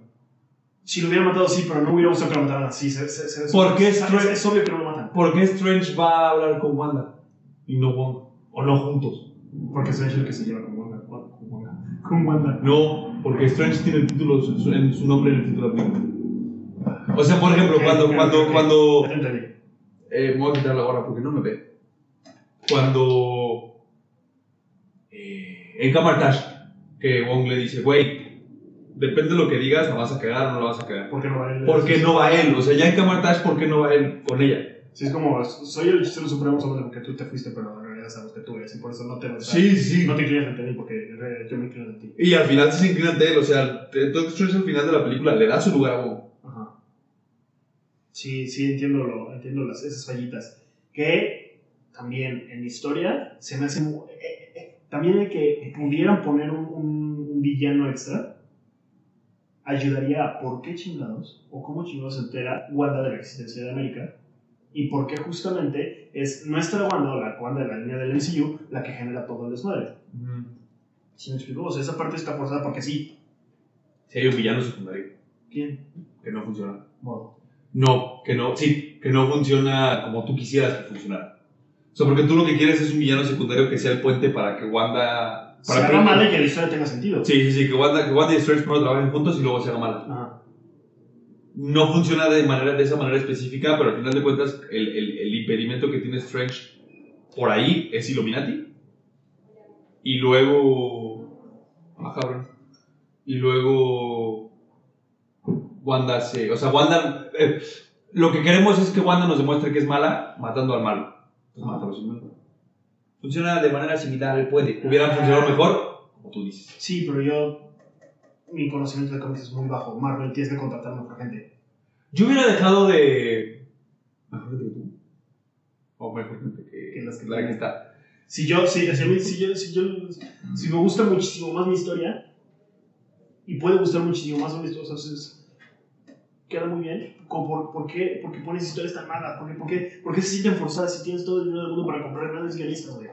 Si lo hubieran matado, sí, pero no hubiera gustado que lo mataran así. Se, se, se- ¿Por qué es, es cruel? es, es obvio que no lo matan. ¿Por qué Strange va a hablar con Wanda? Y no Wong. O no juntos. Porque es el que se lleva con Wanda. Con Wanda. Con Wanda. No, porque Strange tiene el título, su, su- en su nombre en el título de la película. O sea, por ejemplo, Ok, cuando, ok, cuando, ok. cuando... Ya te entendí. Eh, me voy a quitar la gorra porque no me ve. Cuando... eh, en Camartash, que Wong le dice, güey, depende de lo que digas, la vas a cagar o no la vas a cagar. ¿Por qué no va él? ¿Por qué no va él? O sea, ya en Camartash, ¿por qué no va él con ella? Sí, es como, soy el hechicero supremo solo porque tú te fuiste, pero en realidad sabes que tú eres y por eso no te vas a- sí. No te inclinas ante mí porque en realidad yo me inclino ante ti. Y al final sí se inclina ante él, o sea, entonces Strange al final de la película le da su lugar a Wong. Ajá. Sí, sí, entiendo, lo, entiendo las, esas fallitas. Que también en historia se me hace. mu- eh, eh, eh, también el que pudieran poner un, un- un villano extra ayudaría a por qué chingados o cómo chingados se entera Wanda de la existencia de América y por qué justamente es nuestra Wanda, o la Wanda de la línea del MCU, la que genera todo el desmadre. ¿Sí me explico? O sea, esa parte está forzada porque sí. Si hay un villano secundario ¿Quién? que no funciona. Mordo. No, que no, sí, que no funciona como tú quisieras que funcionara. O sea, porque tú lo que quieres es un villano secundario que sea el puente para que Wanda. Se Para haga mal y que la historia tenga sentido. Sí, sí, sí, que Wanda, que Wanda y Strange primero trabajen juntos y luego se haga mala. Ajá. No funciona de, manera, de esa manera específica, pero al final de cuentas, el, el- el impedimento que tiene Strange por ahí es Illuminati. Y luego. Ah, cabrón. Y luego. Wanda se. O sea, Wanda. eh, Lo que queremos es que Wanda nos demuestre que es mala matando al malo. Pues mátalo sin miedo. Funciona de manera similar, él puede. Ah. Hubiera funcionado mejor, como tú dices. Sí, pero yo. Mi conocimiento de cómics es muy bajo. Marvel, tienes que contratar a otra gente. Yo hubiera dejado de. Mejor que tú. O mejor gente que, Que las que la tienen. que está. Si yo, si, si, a mí- si yo, si yo, si me gusta muchísimo más mi historia, y puede gustar muchísimo más una historia, o sea, es- queda muy bien. Como por, por qué, por qué pones historias tan malas? ¿Por qué, por, qué, por qué se sienten forzadas si tienes todo el dinero del mundo para comprar grandes guionistas, güey?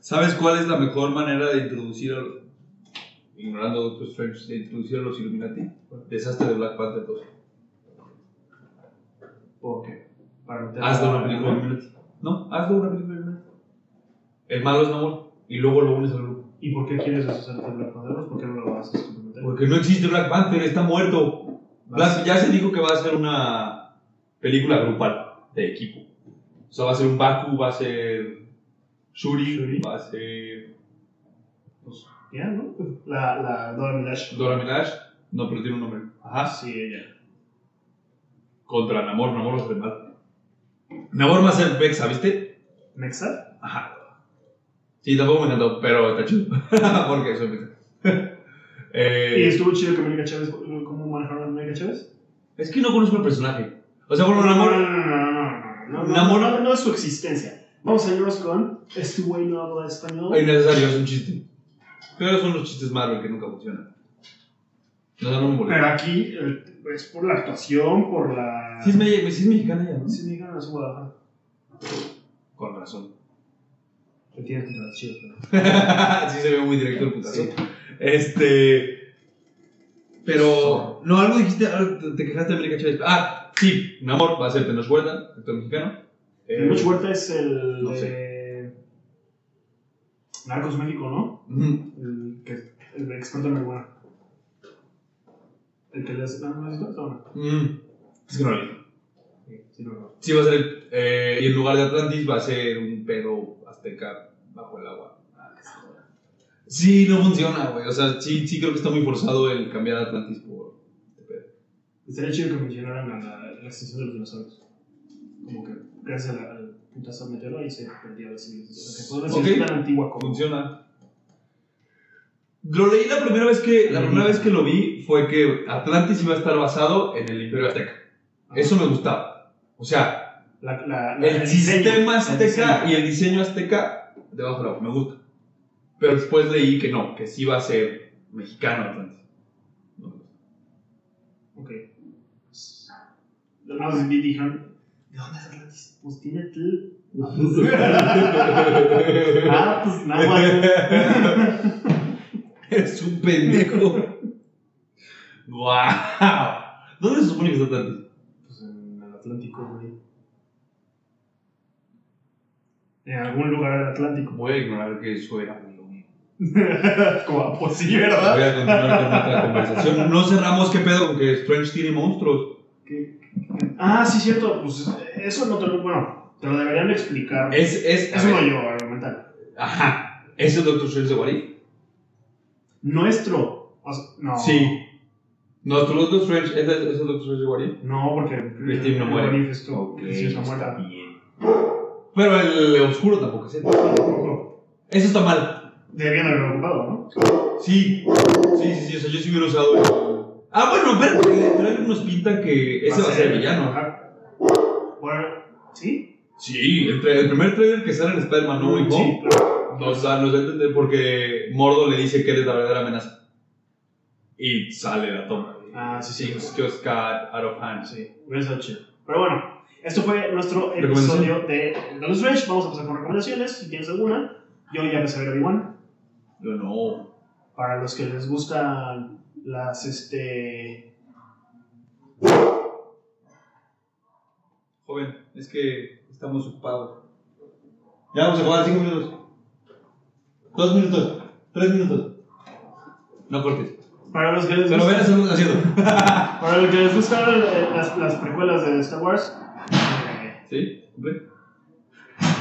¿Sabes cuál es la mejor manera de introducir a los. Ignorando a Doctor Strange, de introducir a los Illuminati? Desastre de Black Panther 2. ¿Por qué? Para meter Hazlo a- una Ah, película de Illuminati. No, hazlo una película de Illuminati. El malo es Namor. Y luego lo unes al grupo. ¿Y por qué quieres deshacerte de Black Panther? ¿Por qué no lo haces complementar? Porque no existe Black Panther, está muerto. Vas- Black- ya se dijo que va a ser una película grupal de equipo. O sea, va a ser un Baku, va a ser Shuri, Shuri. va a ser pues, ya, ¿no? La, la Dora Milash. Dora Milash. No, pero tiene un nombre. Ajá. Sí, ella. Contra Namor, Namor va a ser mal. Namor va a ser Vexa, ¿viste? ¿Nexa? Ajá. Sí, tampoco me encantó, pero está chido. Porque soy Vexa. ¿Y Eh, estuvo chido que Mónica Chávez, eh, cómo manejaron a Mónica Chávez? es que no conozco el personaje. O sea, bueno, No, no, Namor. no, no, no, no, no, no, Namor- no, no, no es su existencia. Vamos a irnos con, este güey no habla español. Innecesario, es un chiste. Pero son los chistes Marvel que nunca funcionan. No, no me molesta. Pero aquí el- es por la actuación, por la... Sí es, me- sí es mexicana ya, ¿no? Sí, me dijeron, es Guadalajara. Con razón. Que tiene títulos chidos, pero- sí se ve muy directo el putazo. Este. Pero. No, algo dijiste, algo te- te quejaste de América Chávez. Ah, sí, Namor va a ser Tenoch Huerta, actor mexicano. Eh, El Much Huerta es el no de... Narcos México, ¿no? ujú. El, que, el experto en marihuana. El que le hace... ¿No no has visto esa o no? Mm. Es que no lo dije. Sí, sí, no, no. Sí, va a ser. el- eh, y en lugar de Atlantis va a ser un pedo azteca bajo el agua. Ah, que se joda. Sí, no funciona, güey. O sea, sí, sí creo que está muy forzado el cambiar a Atlantis por. este pedo. Estaría chido que mencionaran a la, la extinción de los dinosaurios. Como que gracias a la- al putazo al meteoro ahí se perdió la civilización. Que fue una civilización Ok. tan antigua como. Funciona. Lo leí la primera vez que la Ujú. primera vez que lo vi fue que Atlantis iba a estar basado en el Imperio Azteca. Ah. Eso me gustaba. O sea, La, la, la- el sistema diseño, el azteca y diseño. el diseño azteca debajo del agua, me gusta. Pero después leí que no, que sí iba a ser mexicano Atlantis. No me gusta. Ok. Pues, Nada más vi- dijeron. ¿De dónde es Atlantis? Pues tiene tl. ah, pues nada más. Eres un pendejo. ¡Wow! ¿Dónde se supone que está Atlantis? pues en el Atlántico, güey. En algún lugar del Atlántico. Voy a ignorar que eso era amigo mío. como, pues sí, Voy ¿verdad? a continuar con nuestra conversación. No cerramos qué pedo con que Strange tiene monstruos. ¿Qué- qué- Ah, sí, cierto. Pues eso no te lo. Bueno, te lo deberían de explicar. Es, es, a Eso ver, no yo, argumental. Ajá. ¿Es el Doctor Strange de Warif? Nuestro. o sea, no. Sí. No, tu Doctor Strange es, el- es el Doctor Strange de Warif. No, porque. Steve no muere. Warif es tu- sí, es la muerta. bien. Pero el oscuro tampoco es él. Eso está mal. Debían haberlo ocupado, ¿no? Sí. Sí, sí, sí. O sea, yo sí hubiera usado el- Ah, bueno, pero el trailer nos pinta que ese va a ser el villano. Ajá. Bueno, ¿sí? Sí, el, tra- el primer trailer que sale en Spider-Man No Way Home. Sí, pero- Nos da, nos da a entender porque Mordo le dice que eres la verdadera amenaza. Y sale la toma. Ah, sí, sí. Things just got out of hand. Sí, hubiera estado chido. Pero bueno, esto fue nuestro Recomendación. episodio de Doctor Strange. Vamos a pasar por recomendaciones, si tienes alguna. Yo ya empecé a ver Obi-Wan. Yo no. Para los que les gustan las, este... Joven, es que estamos ocupados. Ya vamos a jugar 5 minutos. 2 minutos. 3 minutos. No cortes. Para los que les Pero ven, gustan, estamos haciendo. para los que les gustan eh, las, las precuelas de Star Wars, eh, ¿Sí? ¿Cumple?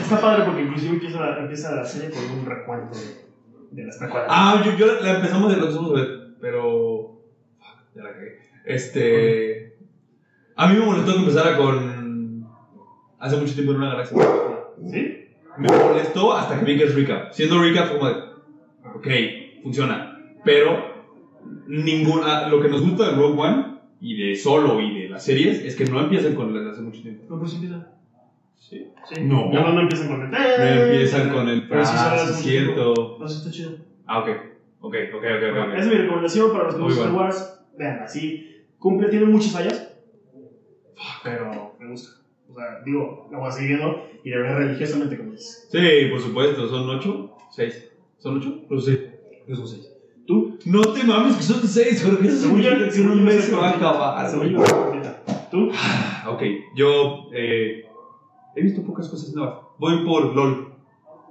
está padre porque inclusive empieza, la- empieza la serie con un recuento de, de las precuelas. Ah, yo, yo la empezamos y la empezamos a ver. Pero. fuck, Ya la cagué. Este. A mí me molestó que empezara con hace mucho tiempo en una galaxia. ¿Sí? Me molestó hasta que vi que es recap. Siendo recap, fue como de, ok, funciona. Pero ninguna, lo que nos gusta de Rogue One y de Solo y de las series es que no empiezan con el de hace mucho tiempo. No, pero sí empieza. Sí. Sí. No. Nada más no empiezan con el. No empiezan con el. Pero sí ah, sale sí hace es mucho cierto. No, sí está chido. Ah, ok. Ok, ok, ok, ok, Esa ok. es mi recomendación para los que Muy gustan Star bueno. Wars. Vean, así cumple, tiene muchas fallas, pero me gusta. O sea, digo, la voy a seguir viendo y de verdad religiosamente como dices. Sí, por supuesto, son 8, 6. ¿Son 8? No sé. Yo soy seis. ¿Tú? No te mames, que son 6, Jorge. Eso Según yo- significa que en un mes se va a Ah, Según acabar. yo, ahorita. ¿Tú? Ah, Ok, yo eh, he visto pocas cosas nuevas. Voy por LOL.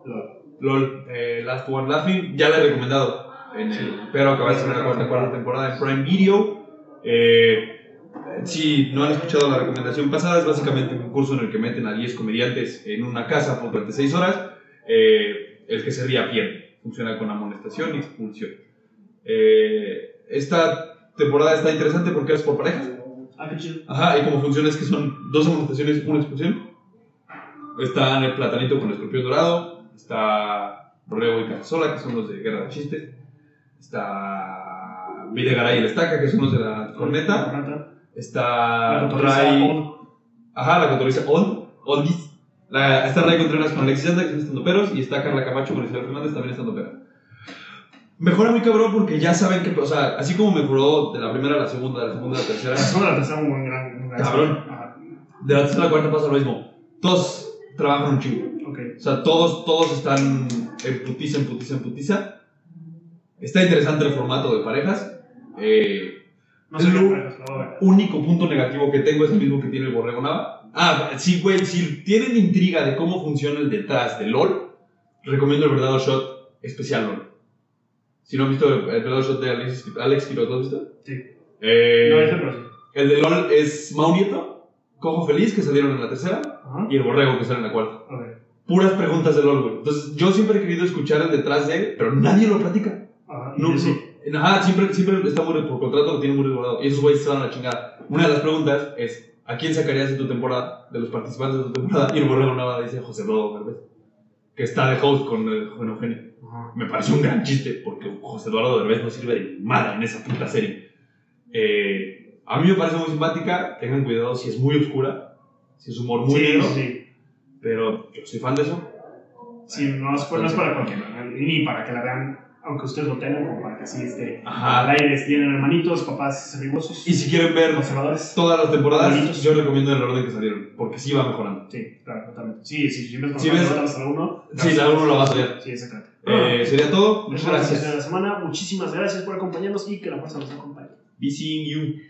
Lo- LOL, eh, Last One Laughing, ya la he recomendado. En Sí. el, pero acaba de ser la cuarta, cuarta temporada en Prime Video. Eh, si no han escuchado la recomendación pasada, es básicamente un concurso en el que meten a 10 comediantes en una casa por durante 6 horas. Eh, el que se ría pierde. Funciona con amonestación y expulsión. Eh, esta temporada está interesante porque es por parejas. Ah, qué chido. Ajá, y como funciona es que son dos amonestaciones, una expulsión. Está el platanito con escorpión dorado. Está Roreo y Cajasola, que son los de Guerra de Chistes. Está Videgaray y la Estaca, que son los de la Corneta. Corneta. Está La cotorriza, Ray. Old. Ajá, la cotoriza Old. Oldies. La, está Ray Contreras con Alexis Yanda, que son estandoperos. Y está Carla Camacho con Isabel Fernández, también estandopera. Mejora muy cabrón porque ya saben que, o sea, así como mejoró de la primera a la segunda, de la segunda a la tercera. La segunda, la tercera, un buen gran. un gran- Cabrón. Ajá. De la tercera a la cuarta pasa lo mismo. Todos trabajan un chingo. Ok. O sea, todos, todos están en putiza, en putiza, en putiza. Está interesante el formato de parejas. Eh, No sé qué Lu- parejas, la voy a ver. único punto negativo que tengo es el mismo que tiene el Borrego Nava. Ah, sí, güey, si tienen intriga de cómo funciona el detrás de LOL, recomiendo el verdadero shot especial LOL. Si no han visto el, el verdadero shot de Alex, Alex Quiroz, ¿lo has visto? Sí. Eh, No, ese, pero sí. el de LOL es Mau Nieto, Cojo Feliz, que salieron en la tercera, Ajá. y el Borrego, que sale en la cuarta. Ok. puras preguntas del LOL, güey. Entonces, yo siempre he querido escuchar el detrás de él, pero nadie lo platica. Ajá. y No, eso. no. Ajá, siempre, siempre está muy, por contrato lo tiene muy resguardado. Y esos güeyes se van a la chingada. Una de las preguntas es, ¿a quién sacarías de tu temporada, de los participantes de tu temporada? Y el borrego nada dice José Dodo Derbez, que está de host con, eh, con Eugenio. Ajá. Me pareció un gran chiste, porque José Eduardo Derbez no sirve de nada en esa puta serie. Eh, a mí me parece muy simpática, tengan cuidado si es muy oscura, si es humor muy Sí, negro, sí. pero yo soy fan de eso. Sí, no es, no es para cualquiera, ni para que la vean, aunque ustedes lo tengan, como para que así este, Ajá, al aire tienen hermanitos, papás rigurosos, Y si quieren ver conservadores. todas las temporadas, Bonitos. yo recomiendo el orden que salieron, porque sí va mejorando. Sí, claro, totalmente. Sí, sí, si ves Si si ves ves- a uno, Sí, la uno lo vas a ver. Sí, exactamente. Eh, sería todo. Esa Muchas fue la sesión de gracias. la semana. Muchísimas gracias por acompañarnos y que la fuerza nos acompañe. Be seeing you.